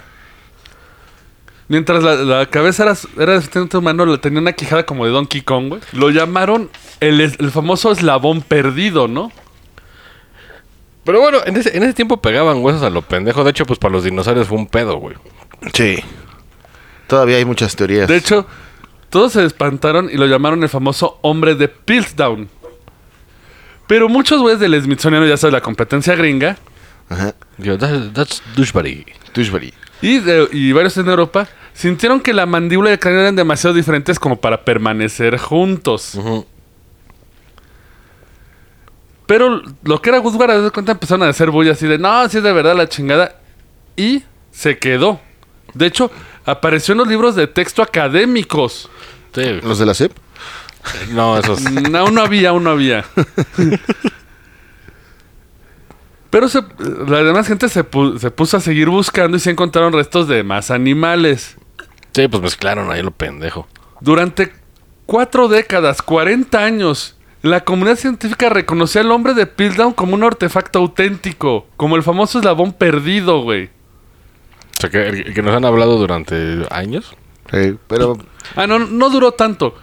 Mientras la, la cabeza era, era de sustento humano, la tenía una quijada como de Donkey Kong, güey. Lo llamaron el, es- el famoso eslabón perdido, ¿no? Pero bueno, en ese, en ese tiempo pegaban huesos a lo pendejo. De hecho, pues para los dinosaurios fue un pedo, güey. Sí. Todavía hay muchas teorías. De hecho, todos se espantaron y lo llamaron el famoso hombre de Piltdown. Pero muchos güeyes del Smithsoniano, ya sabes, la competencia gringa, Ajá. Digo, that's, that's douchebody. Tushbury. y, de- y varios en Europa sintieron que la mandíbula y el cráneo eran demasiado diferentes como para permanecer juntos. Ujú. Pero lo que era Guzgar, a cuenta empezaron a hacer bulla así de no, si es de verdad la chingada. Y se quedó. De hecho, apareció en los libros de texto académicos. Sí. ¿Los de la E CEP? No, esos. No, aún no había, aún no había. Pero se- la demás gente se, pu- se puso a seguir buscando y se encontraron restos de más animales. [LAUGHS] Sí, pues mezclaron ahí lo pendejo. Durante cuatro décadas, 40 años, la comunidad científica reconocía al hombre de Piltdown como un artefacto auténtico, como el famoso eslabón perdido, güey. O sea, que, el que nos han hablado durante años. Sí, pero Ah, no, no duró tanto.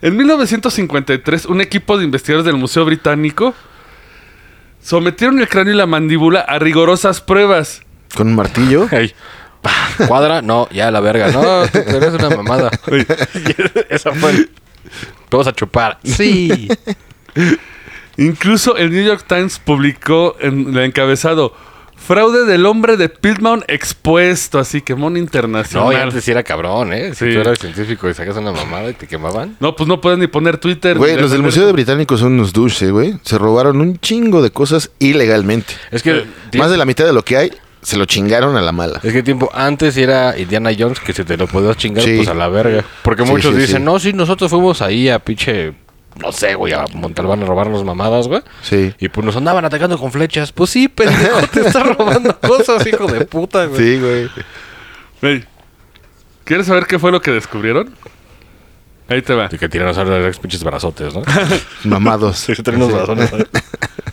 En 1953, un equipo de investigadores del Museo Británico sometieron el cráneo y la mandíbula a rigorosas pruebas. con un [LAUGHS] martillo. Ey. Cuadra, no, ya la verga. No, tú eres una mamada. [LAUGHS] Esa fue. el- Te vas a chupar. Sí. Incluso el New York Times publicó en el encabezado Fraude del hombre de Piltdown expuesto, así que mono No, y internacional. antes sí era cabrón, ¿eh? Si Sí. tú eras científico y sacas una mamada y te quemaban. No, pues no puedes ni poner Twitter. Güey, ni los del defender- Museo de Británico son unos douches, güey. Se robaron un chingo de cosas ilegalmente. Es que, tie- Más de la mitad de lo que hay se lo chingaron a la mala. es que tiempo antes era Indiana Jones que si te lo podías chingar, Sí. pues a la verga. Porque Sí, muchos sí, dicen, sí. no, sí, nosotros fuimos ahí a pinche, no sé, güey, a Montalbán a robarnos mamadas, güey. Sí. Y pues nos andaban atacando con flechas. Pues sí, pendejo, te estás robando [LAUGHS] cosas, hijo de puta, güey. Sí, güey. Güey, ¿Quieres saber qué fue lo que descubrieron? Ahí te va. Y que tiranosaurio Rex pinches [LAUGHS] brazotes, ¿no? Mamados. Traen unos brazones.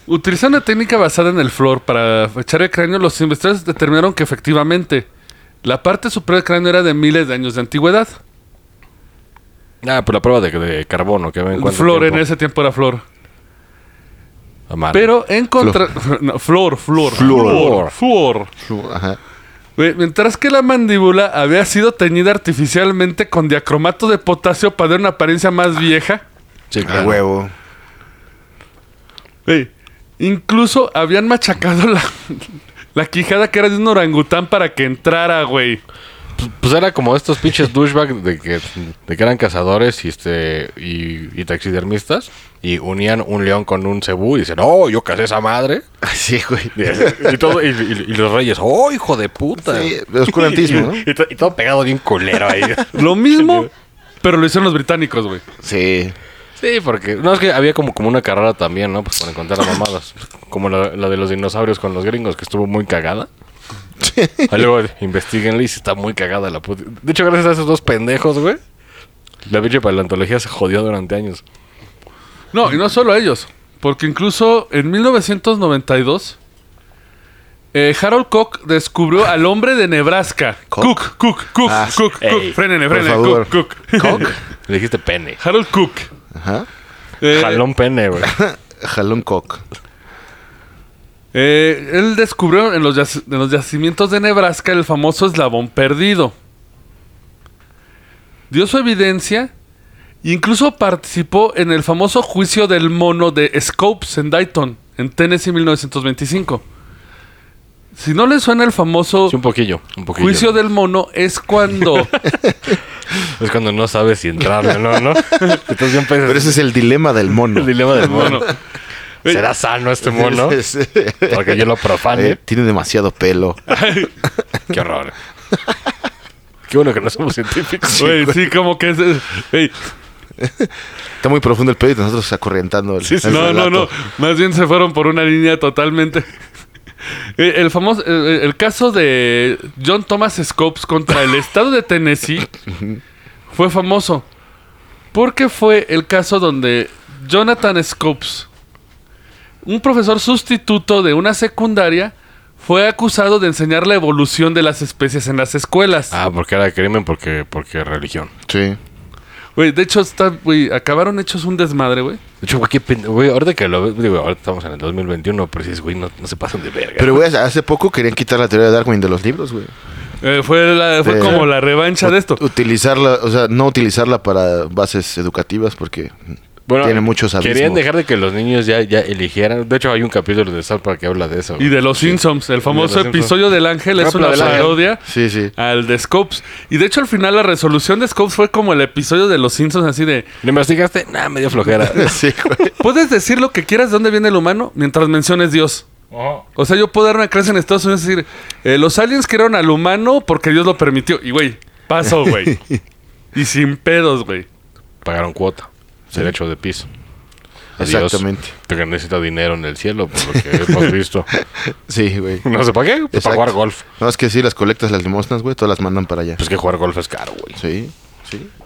Utilizando una técnica basada en el flor para echar el cráneo, los investigadores determinaron que efectivamente la parte superior del cráneo era de miles de años de antigüedad. Ah, pues la prueba de, de carbono que ven cuánto Flor tiempo. Ah, en ese tiempo era flor. Amar. Pero [LAUGHS] encontrar. Flor, flor. Flor. Flor. flor. Ajá. Güey, Mientras que la mandíbula había sido teñida Ah, artificialmente con diacromato de potasio para dar una apariencia más vieja, Sí, A claro. huevo. Güey, incluso habían machacado la, la quijada que era de un orangután para que entrara, güey. Pues era como [LAUGHS] estos pinches douchebags de que, de que eran cazadores y, este, y, y taxidermistas. Y unían un león con un cebú y dicen, oh, yo casé [LAUGHS] esa madre. Así, güey. [LAUGHS] Y, y todo, y, y- y los reyes, oh, hijo de puta. Sí, oscurantismo, [LAUGHS] ¿no? Y, to- y todo pegado bien [LAUGHS] culero ahí. Lo mismo, pero lo hicieron los británicos, güey. Sí. sí, porque... No, es que había como, como una carrera también, ¿no? Pues para encontrar a mamadas. Como la, la de los dinosaurios con los gringos, que estuvo muy cagada. Ahí luego investiguenle y si está muy cagada la puta. De hecho, gracias a esos dos pendejos, güey. La pinche paleontología se jodió durante años. No, y no solo ellos, porque incluso en 1992, eh, Harold Koch descubrió al hombre de Nebraska. ¿Koch? Cook, Cook, Cook, Ah, Cook, ey, Cook. Frénenle, por frénenle, favor. Cook, Cook. [LAUGHS] Le dijiste pene. [LAUGHS] Harold Cook. Ajá. Eh, Jalón pene, güey. Jalón cock. eh, él descubrió en los, yac- en los yacimientos de Nebraska el famoso eslabón perdido. Dio su evidencia. e Incluso participó en el famoso juicio del mono de Scopes en Dayton, en Tennessee, 1925. Si no le suena el famoso Sí, un poquillo, un poquillo. juicio del mono, es [LAUGHS] cuando Es cuando no sabes si entrarle o no, ¿no? Entonces ya empiezas... Pero ese es el dilema del mono. el dilema del mono. Bueno, [LAUGHS] ¿Será sano este mono? Es- es- Porque yo lo profane. Eh, tiene demasiado pelo. Qué horror. [LAUGHS] Qué bueno que no somos científicos. güey, sí, como que es, eh, ey, Está muy profundo el pelo y nosotros acorrientando el, el no, no, relato. no. Más bien se fueron por una línea totalmente. [LAUGHS] Eh, El famoso, eh, el caso de John Thomas Scopes contra el estado de Tennessee fue famoso porque fue el caso donde Jonathan Scopes, un profesor sustituto de una secundaria, fue acusado de enseñar la evolución de las especies en las escuelas. Ah, porque era crimen, porque, porque religión. Sí. Güey, de hecho, está, güey, acabaron hechos un desmadre, güey. De hecho, güey, qué pende- güey, ahorita que lo veo, digo, ahorita estamos en el 2021, pero dices, güey, no, no se pasan de verga. Pero, güey, hace poco querían quitar la teoría de Darwin de los libros, güey. Eh, fue la- fue Eh, como la revancha de esto. Ut- Utilizarla, o sea, no utilizarla para bases educativas porque tiene muchos abismos. Querían dejar de que los niños ya, ya eligieran. De hecho, hay un capítulo de South Park que habla de eso. Y güey. de los Simpsons, el famoso los Simpsons. episodio del ángel es Ah, una pero del ángel. parodia Sí, sí. [LAUGHS] al de Scopes. Y de hecho al final la resolución de Scopes fue como el episodio de los Simpsons así de, ¿Le investigaste? Nah, medio [LAUGHS] flojera. Sí, güey. puedes decir lo que quieras de dónde viene el humano mientras menciones Dios. O sea, yo puedo dar una clase en Estados Unidos y decir, eh, los aliens crearon al humano porque Dios lo permitió. Y güey, paso, güey. y sin pedos, güey. Pagaron cuota. Derecho de piso. Adiós. Exactamente. Porque necesita dinero en el cielo, por lo que [LAUGHS] hemos visto. Sí, güey. No sé [LAUGHS] para qué, pues, Exacto. para jugar golf. No, es que sí, las colectas, las limosnas, güey, todas las mandan para allá. Pues que jugar golf es caro, güey. Sí,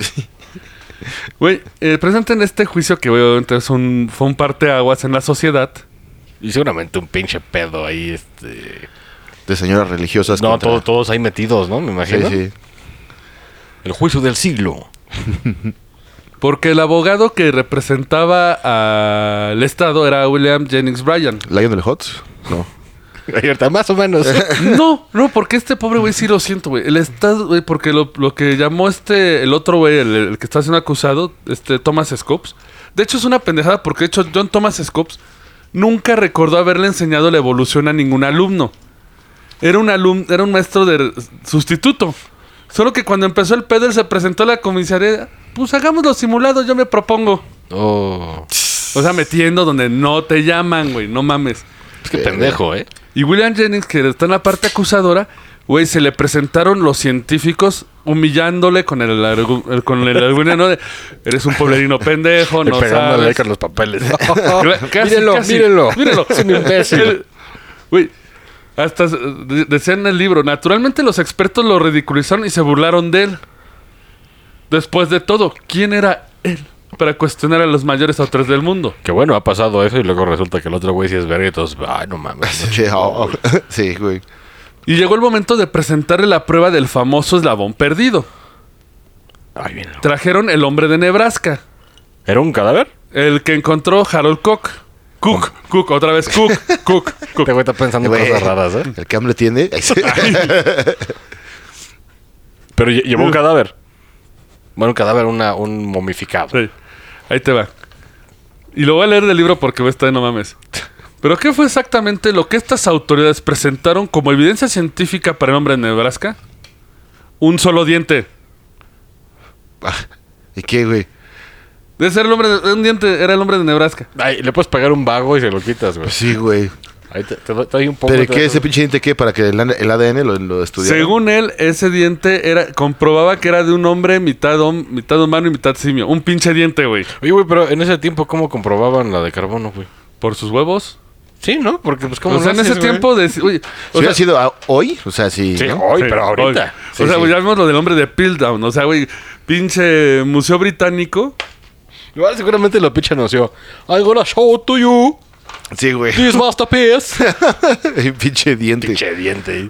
sí. Güey, eh, presenten este juicio que güey, obviamente es un, fue un parteaguas en la sociedad. Y seguramente un pinche pedo ahí, este... De señoras religiosas. No, contra- todos, todos ahí metidos, ¿no? Me Sí, imagino. sí. El juicio del [LAUGHS] siglo. Porque el abogado que representaba al Estado era William Jennings Bryan. Lionel Hutz. [LAUGHS] No. Ahorita más o menos. No, no, porque este pobre güey sí lo siento, güey. El Estado, güey, porque lo, lo que llamó este, el otro güey, el, el que está siendo acusado, este Thomas Scopes. De hecho, es una pendejada porque, de hecho, John Thomas Scopes nunca recordó haberle enseñado la evolución a ningún alumno. Era un, alum- era un maestro de sustituto. Solo que cuando empezó el pedo, él se presentó a la comisaría. Pues hagámoslo simulado, yo me propongo. [LAUGHS] oh, O sea, metiendo donde no te llaman, güey, no mames. es que pendejo, ¿eh? Y William Jennings, que está en la parte acusadora, güey, se le presentaron los científicos humillándole con el, argu- el- con el argumento de eres un pueblerino pendejo, no Y pegándole ahí sabes. con los [LAUGHS] papeles. Cla- casi, mírenlo, casi. mírenlo. Mírenlo. [LAUGHS] Es un imbécil. Güey, hasta eh, de- decía en el libro, naturalmente los expertos lo ridiculizaron y se burlaron de él. Después de todo, ¿quién era él para cuestionar a los mayores autores del mundo? Que bueno, ha pasado eso y luego resulta que el otro güey sí es verga y todos, ay, no [LAUGHS] mames. Sí, oh, [LAUGHS] sí, güey. Y llegó el momento de presentarle la prueba del famoso eslabón perdido. Ay, bien. Trajeron el hombre de Nebraska, ¿Era un cadáver? el que encontró Harold Cook. Cook, Cook, otra vez Cook, [LAUGHS] Cook, Cook. Este güey está pensando Güey. cosas raras, ¿eh? El que hambre tiene. [LAUGHS] Ay, sí. Pero lle- [LAUGHS] llevó un cadáver. Bueno, un cadáver, una, un momificado. Sí. Ahí te va. Y lo voy a leer del libro porque esta no mames. ¿Pero qué fue exactamente lo que estas autoridades presentaron como evidencia científica para el hombre en Nebraska? Un solo diente. Ah, ¿Y qué, güey? Debe ser el hombre de, un diente, era el hombre de Nebraska. Ay, le puedes pegar un vago y se lo quitas, güey. Pues sí, güey. Ahí te, te doy- te doy un poco. ¿Pero te ¿y qué? doy- ¿Ese pinche diente qué? ¿Para que el, AN el ADN lo, lo estudiara? Según él, ese diente era comprobaba que era de un hombre mitad, hom- mitad humano y mitad simio. Un pinche diente, güey. Oye, güey, pero en ese tiempo, ¿cómo comprobaban la de carbono, güey? Por sus huevos. Sí, ¿no? Porque, pues, ¿cómo o sea, lo en ese haces, güey? tiempo... De, oye, Si o sea, hubiera sido a- hoy, o sea, sí. Sí, ¿no? hoy, Sí, pero ahorita. hoy. Sí, o sea, sí. güey, ya vimos lo del hombre de Piltdown. O sea, güey, pinche Museo Británico. Igual seguramente lo pinche anunció. I'm gonna show to you Sí, güey. this masterpiece. [LAUGHS] El pinche diente. [LAUGHS] pinche diente.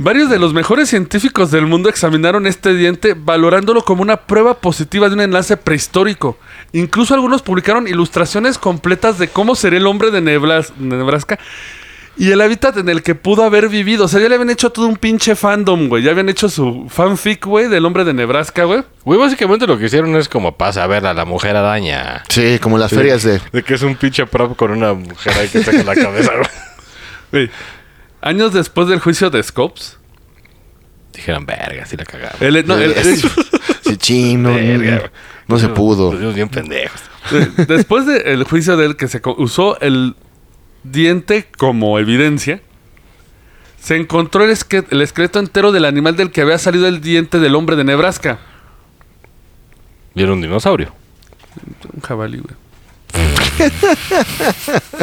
Varios de los mejores científicos del mundo examinaron este diente valorándolo como una prueba positiva de un enlace prehistórico. Incluso algunos publicaron ilustraciones completas de cómo sería el hombre de Neblas- de Nebraska y el hábitat en el que pudo haber vivido. O sea, ya le habían hecho todo un pinche fandom, güey. Ya habían hecho su fanfic, güey, del hombre de Nebraska, güey. Güey, básicamente lo que hicieron es como pasa a ver a la mujer araña. Sí, como las ferias de... De que es un pinche prop con una mujer ahí que saca la cabeza, güey. Güey. Años después del juicio de Scopes, [LAUGHS] Dijeron, verga, si la cagaron. el, no, el- [LAUGHS] sí, chino. Verga, No se pudo. Los vimos bien pendejos. De- Después del juicio de él que se co- usó el diente como evidencia, se encontró el, esque- el esqueleto entero del animal del que había salido el diente del hombre de Nebraska. Vieron un dinosaurio. Un jabalí, güey.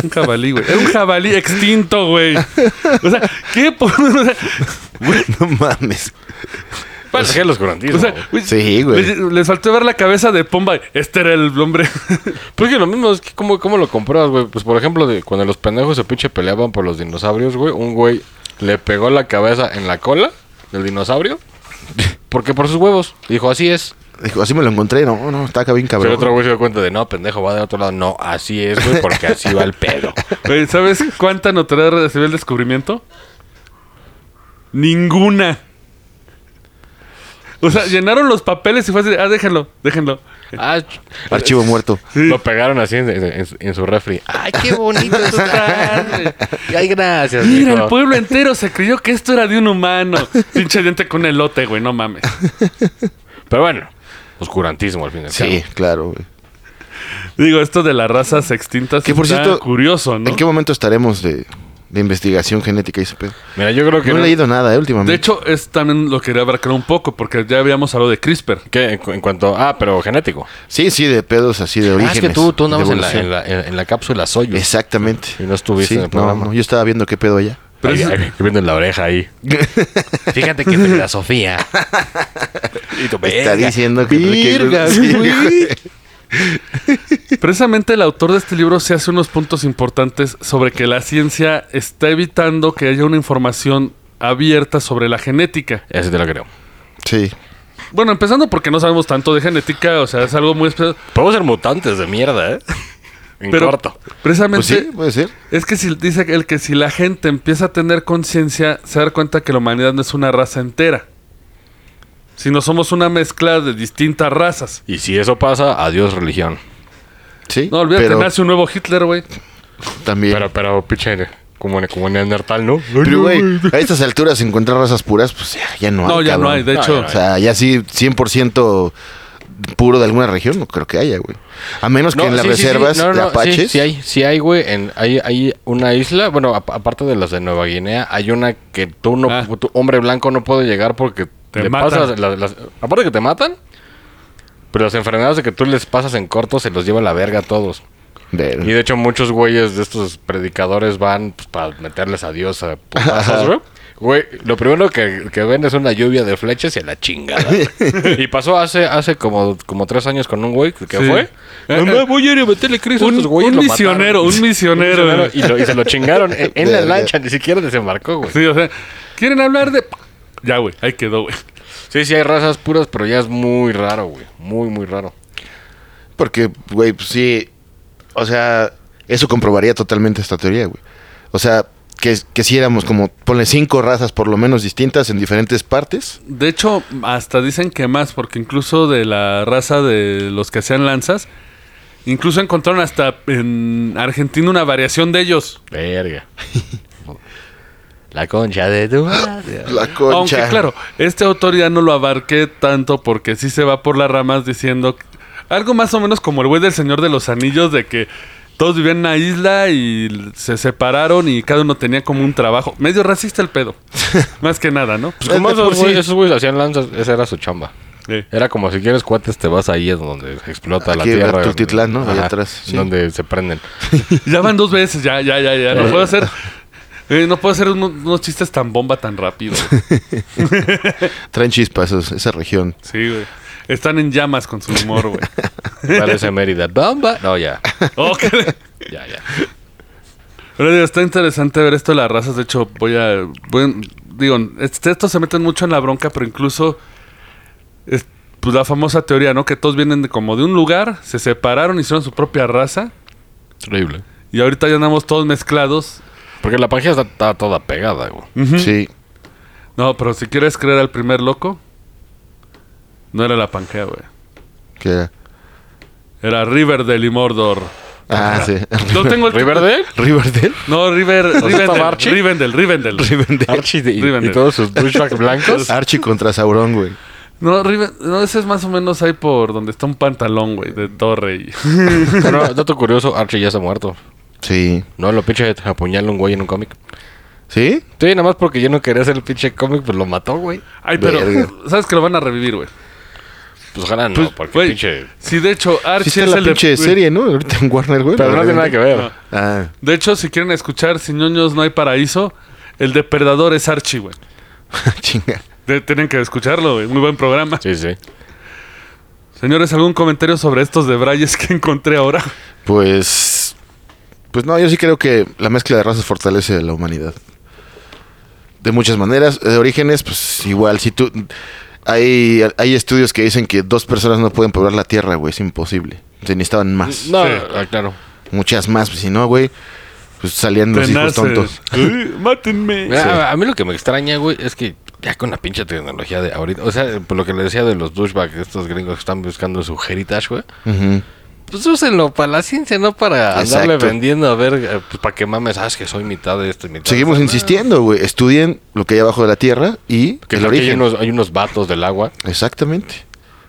un jabalí, güey. Era un jabalí extinto, güey. O sea, ¿qué? por- [LAUGHS] o sea, [LAUGHS] no mames. Para que los garantizo. o sea, güey, Sí, güey. Les, les faltó ver la cabeza de Pomba. Este era el hombre. Porque lo mismo Pues es que, ¿cómo, cómo lo compruebas, güey? Pues, por ejemplo, de, cuando los pendejos se pinche peleaban por los dinosaurios, güey, un güey le pegó la cabeza en la cola del dinosaurio. Porque por sus huevos. Dijo, así es. Dijo, así me lo encontré. No, no, está acá bien Pero cabrón. otro güey se dio cuenta de, no, pendejo, va del otro lado. No, así es, güey, porque así va el [LAUGHS] pedo. Güey, ¿Sabes cuánta notoriedad recibió el descubrimiento? Ninguna. O sea, Pues- llenaron los papeles y fue así, de, ah, déjenlo, déjenlo. Ah, Archivo muerto. Lo pegaron así en, en- en su refri. ¡Ay, qué [LAUGHS] bonito está! ¡Ay, gracias, Mira, mijo. el pues. pueblo entero se creyó que esto era de un humano. Pinche diente con elote, güey, no mames. Pero bueno, oscurantismo al fin y al Sí, cabo. claro, güey. Digo, esto de las razas extintas Que, por está cierto, curioso, ¿no? ¿En qué momento estaremos de, de investigación genética y ese pedo? Mira, yo creo que... No he no- leído nada, eh, últimamente. De hecho, es también lo quería abarcar un poco, porque ya habíamos hablado de CRISPR. ¿Qué? En, cu- en cuanto... Ah, pero genético. Sí, sí, de pedos así de Ah, orígenes. es que tú, tú andabas de en la, en, evolución. la, en- en la cápsula Soyuz. Exactamente. Y no estuviste en el no, programa. no, yo estaba viendo qué pedo allá. Pero Ahí- es- ahí, viendo en la oreja ahí. [LAUGHS] Fíjate que te la Sofía. [LAUGHS] y tu Está diciendo que... Virga, que- [LAUGHS] sí, güey. Precisamente el autor de este libro se hace unos puntos importantes sobre que la ciencia está evitando que haya una información abierta sobre la genética. Ese te lo creo. Sí. Bueno, empezando porque no sabemos tanto de genética, o sea, es algo muy especial. Podemos ser mutantes de mierda, ¿eh? En Pero corto. Pues precisamente sí, puede ser. es que si, dice el que si la gente empieza a tener conciencia, se da cuenta que la humanidad no es una raza entera, sino somos una mezcla de distintas razas. Y si eso pasa, adiós religión. Sí, No, olvídate, pero nace un nuevo Hitler, güey. también... Pero, pero, pinche, como, como Neandertal, ¿no? Pero, güey, a estas alturas encontrar razas puras, pues ya, ya no hay. No, ya cabrón. no hay, de No, hecho. ya no O sea, ya sí, 100% puro de alguna región, no creo que haya, güey. A menos que en las sí, sí, sí. reservas No, no, de sí, apaches. Sí, hay, sí hay, güey. En- Hay, hay una isla, bueno, a- aparte de las de Nueva Guinea, hay una que tú, no, Ah. tú, hombre blanco, no puede llegar porque Te le matan. pasas las- las- aparte que te matan, pero las enfermedades de que tú les pasas en corto se los lleva la verga a todos. Ver- Y de hecho, muchos güeyes de estos predicadores van pues, para meterles a Dios a putazos, güey. Güey, lo primero que, que ven es una lluvia de flechas y a [LAUGHS] la chingada. güey. y pasó hace hace como, como tres años con un güey que que Sí. fue. Eh, "Mamá, eh, voy a ir a meterle crisis a un- estos güeyes. un lo misionero, mataron". un misionero, güey. y, lo- y se [LAUGHS] lo chingaron en, en la Verga. lancha, ni siquiera desembarcó, güey. Pues Sí, o sea, ¿quieren hablar de...? Ya, güey, ahí quedó, güey. Sí, sí, hay razas puras, pero ya es muy raro, güey. Muy, muy raro. Porque, güey, pues sí. O sea, eso comprobaría totalmente esta teoría, güey. O sea, que, que si éramos como, ponle cinco razas por lo menos distintas en diferentes partes. De hecho, hasta dicen que más, porque incluso de la raza de los que hacían lanzas, Incluso encontraron hasta en Argentina una variación de ellos. [LAUGHS] Verga. La concha de tu madre. La concha. Aunque claro, este autor ya no lo abarqué tanto porque sí se va por las ramas diciendo algo más o menos como el güey del Señor de los Anillos de que todos vivían en una isla y se separaron y cada uno tenía como un trabajo. Medio racista el pedo. más que nada, ¿no? Pues como Es de por esos, güeyes- sí. esos güeyes hacían lanzas, esa era su chamba. Eh, Era como si quieres cuates, te vas ahí es donde explota Aquí, la tierra. Tultitlán, ¿no? Allá Ajá, atrás, sí. Donde se prenden. Ya van dos veces, ya, ya, ya, ya. No puedo hacer, eh, no puedo hacer uno- unos chistes tan bomba tan rápido. Traen chispas esos- esa región. Sí, güey. Están en llamas con su humor, güey. Parece Mérida. Bomba. No, ya. [LAUGHS] Ok. Ya, ya. Pero digo, está interesante ver esto de las razas. De hecho, voy a. voy- digo, este- estos se meten mucho en la bronca, pero incluso. es, pues, la famosa teoría, ¿no? Que todos vienen de, como de un lugar, se separaron, hicieron su propia raza. Increíble. Y ahorita ya andamos todos mezclados. Porque la pangea está, está toda pegada, güey. Sí. No, pero si quieres creer al primer loco, no era la Pangea, güey. Que era- Era Riverdale y Mordor. Ah, sí. No tengo el. ¿Riverdale? [LAUGHS] Riverdale. No, River, estaba Rivendell, Archie? Rivendell, Rivendell. Riverdale. Archie de- y, Rivendell. y todos sus douchebags [LAUGHS] [LAUGHS] blancos. Archie contra Sauron, güey. No, Riven- no, ese es más o menos ahí por donde está un pantalón, güey, de torre. [LAUGHS] Y... Pero, dato curioso, Archie ya está muerto. Sí. No, lo pinche apuñala un güey en un cómic. ¿Sí? Sí, nada más porque yo no quería hacer el pinche cómic, pues lo mató, güey. Ay, pero Verga. sabes que lo van a revivir, güey. Pues ojalá no, Pues, porque güey, pinche... Si de hecho Archie Sí está es la el de- pinche güey, serie, ¿no? Ahorita en Warner, güey. Pero no tiene nada que ver. Ah, [LAUGHS] De hecho, si quieren escuchar Sin ñoños no hay paraíso, el depredador es Archie, güey. chinga. De- tienen que escucharlo, güey. Muy buen programa. Sí, sí. Señores, ¿algún comentario sobre estos de Brayes que encontré ahora? Pues. Pues no, yo sí creo que la mezcla de razas fortalece a la humanidad. De muchas maneras. De orígenes, pues igual. Si tú. Hay, hay estudios que dicen que dos personas no pueden poblar la tierra, güey. Es imposible. Se necesitaban más. No, Sí. ah, claro. Muchas más. pues, si no, güey. Pues salían los hijos Tenaces. tontos. Ah, Uy, Mátenme. Mira, A, a mí lo que me extraña, güey, es que ya con la pinche tecnología de ahorita... O sea, por lo que le decía de los douchebags, estos gringos que están buscando su heritage, güey. Ujú. Pues úsenlo para la ciencia, no para andarle Exacto. vendiendo a ver... eh, Pues para que mames, sabes que soy mitad de esto y mitad Seguimos de insistiendo, güey. Estudien lo que hay abajo de la tierra y Que el creo que hay origen. unos, hay unos vatos del agua. Exactamente.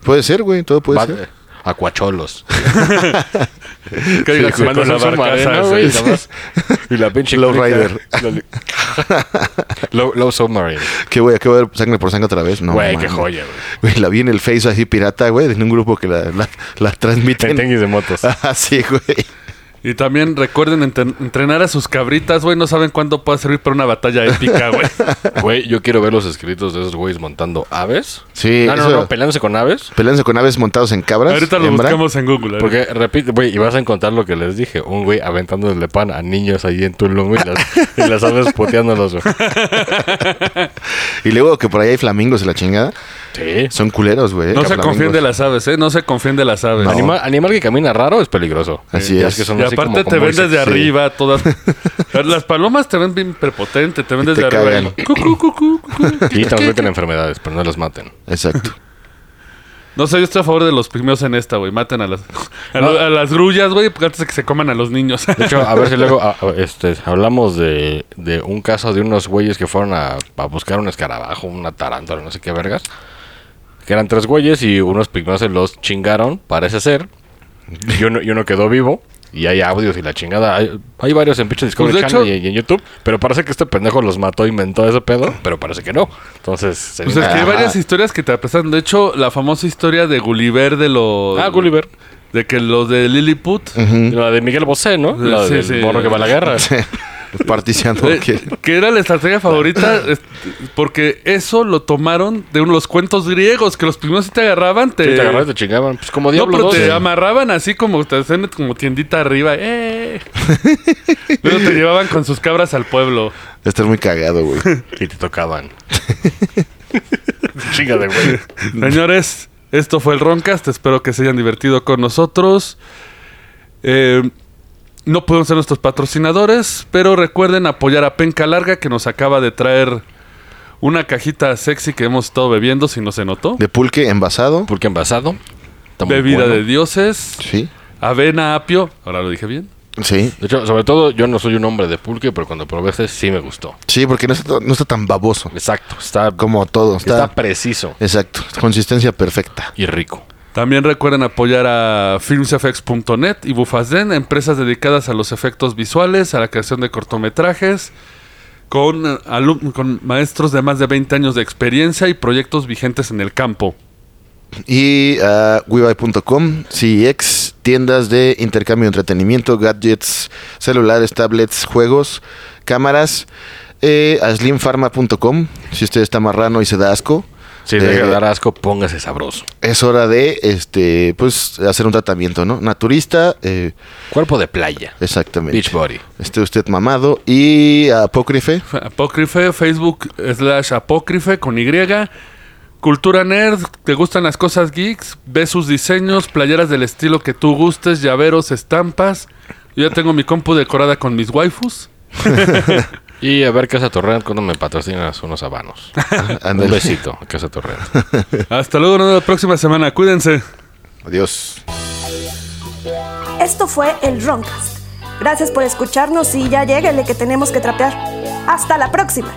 Puede ser, güey. Todo puede va- ser. Acuacholos. Que digas, Sí, mando con la su barcaza, marena, güey. güey, nada más. [LAUGHS] Y la pinche. Low clica. rider. [LAUGHS] Low, low submarine. Que voy, que voy a ver sangre por sangre otra vez. No, Güey, qué mames. joya, güey. Güey, la vi en el Face así pirata, güey, en un grupo que la, la, la transmiten. Tenguis de motos. [LAUGHS] Ah, sí, güey. Y también recuerden enten- entrenar a sus cabritas, güey. No saben cuándo pueda servir para una batalla épica, [LAUGHS] güey. Güey, yo quiero ver los escritos de esos güeyes montando aves. Sí, No, no, eso- no, peleándose con aves. Peleándose con aves montados en cabras. Ahorita lo hembra. buscamos en Google. Pues, Porque, repite, güey, y vas a encontrar lo que les dije. Un güey aventándole pan a niños ahí en Tulum y [LAUGHS] las, y las aves puteándolos, güey. Y luego que por ahí hay flamingos y la chingada. Sí. Son culeros, güey. No eh, se flamingos. confíen de las aves, ¿eh? No se confíen de las aves. No. Anima- animal que camina raro es peligroso. Así Ya es. que son Y así aparte como- te como ven desde insectos. arriba, [LAUGHS] todas. Las palomas te ven bien prepotente, te ven Y te desde arriba. cagan. y- cu, cu, cu, cu, cu. Y transmiten enfermedades, pero no las maten. [LAUGHS] Exacto. No sé, yo estoy a favor de los pigmeos en esta, güey. Maten a las, a, lo- a las grullas, güey, antes de que se coman a los niños. De hecho, a ver si luego a- a- este, hablamos de, de un caso de unos güeyes que fueron a, a buscar un escarabajo, una tarántula, no sé qué vergas. Que eran tres güeyes y unos pigmeos se los chingaron, parece ser. Y uno, y uno quedó vivo. Y hay audios y la chingada. Hay, hay varios en pinche Discovery Pues de Channel hecho- y, y en YouTube. Pero parece que este pendejo los mató, inventó ese pedo. Pero parece que no. Entonces, se Pues es viene- que hay Ajá. varias historias que te apresan. De hecho, la famosa historia de Gulliver de los. Ah, Gulliver. De que los de Lilliput. La de Miguel Bosé, ¿no? La Sí, del sí. morro que va a la guerra. Particiando. Eh, que- que era la estrategia favorita este, porque eso lo tomaron de unos cuentos griegos que los pigmeos si te agarraban te, Sí, te agarraron y te chingaban. Pues como no Diablo pero te 12. amarraban así como te hacían como tiendita arriba ¡eh! luego te llevaban con sus cabras al pueblo Estar muy cagado, güey. Y te tocaban. [LAUGHS] Chinga de güey. señores esto fue el Roncast espero que se hayan divertido con nosotros Eh, no podemos ser nuestros patrocinadores pero recuerden apoyar a Penca Larga que nos acaba de traer una cajita sexy que hemos estado bebiendo si no se notó De pulque envasado. Pulque envasado. Está muy Bebida bueno. de dioses. Sí. avena, apio. Ahora lo dije bien. Sí. De hecho, sobre todo, yo no soy un hombre de pulque, pero cuando probé este sí me gustó. Sí, porque no está, no está tan baboso Exacto, está, como todo. Está, está preciso exacto. Consistencia perfecta. y rico. También recuerden apoyar a filmsfx.net y Bufasden, empresas dedicadas a los efectos visuales, a la creación de cortometrajes, con, eh, alum- con maestros de más de 20 años de experiencia y proyectos vigentes en el campo. Y ah, a webuy.com, CX, tiendas de intercambio de entretenimiento, gadgets, celulares, tablets, juegos, cámaras. Eh, a slimfarma.com, si usted está marrano y se da asco. Si le eh, queda asco, póngase sabroso. es hora de este pues hacer un tratamiento, ¿no? Naturista, eh, Cuerpo de playa. exactamente. Beach body. Esté usted mamado y apócrife. F- Apócrife, Facebook slash apócrife con Y. Cultura nerd, te gustan las cosas geeks, ve sus diseños, playeras del estilo que tú gustes, llaveros, estampas. Yo ya tengo mi compu decorada con mis waifus. Y a ver Casa Torrent cuando me patrocinas unos habanos. Ándale. Un besito, Casa Torrent. [LAUGHS] Hasta luego, nos vemos la próxima semana. Cuídense. Adiós. Esto fue el Roncast. Gracias por escucharnos y ya lléguenle que tenemos que trapear. ¡Hasta la próxima!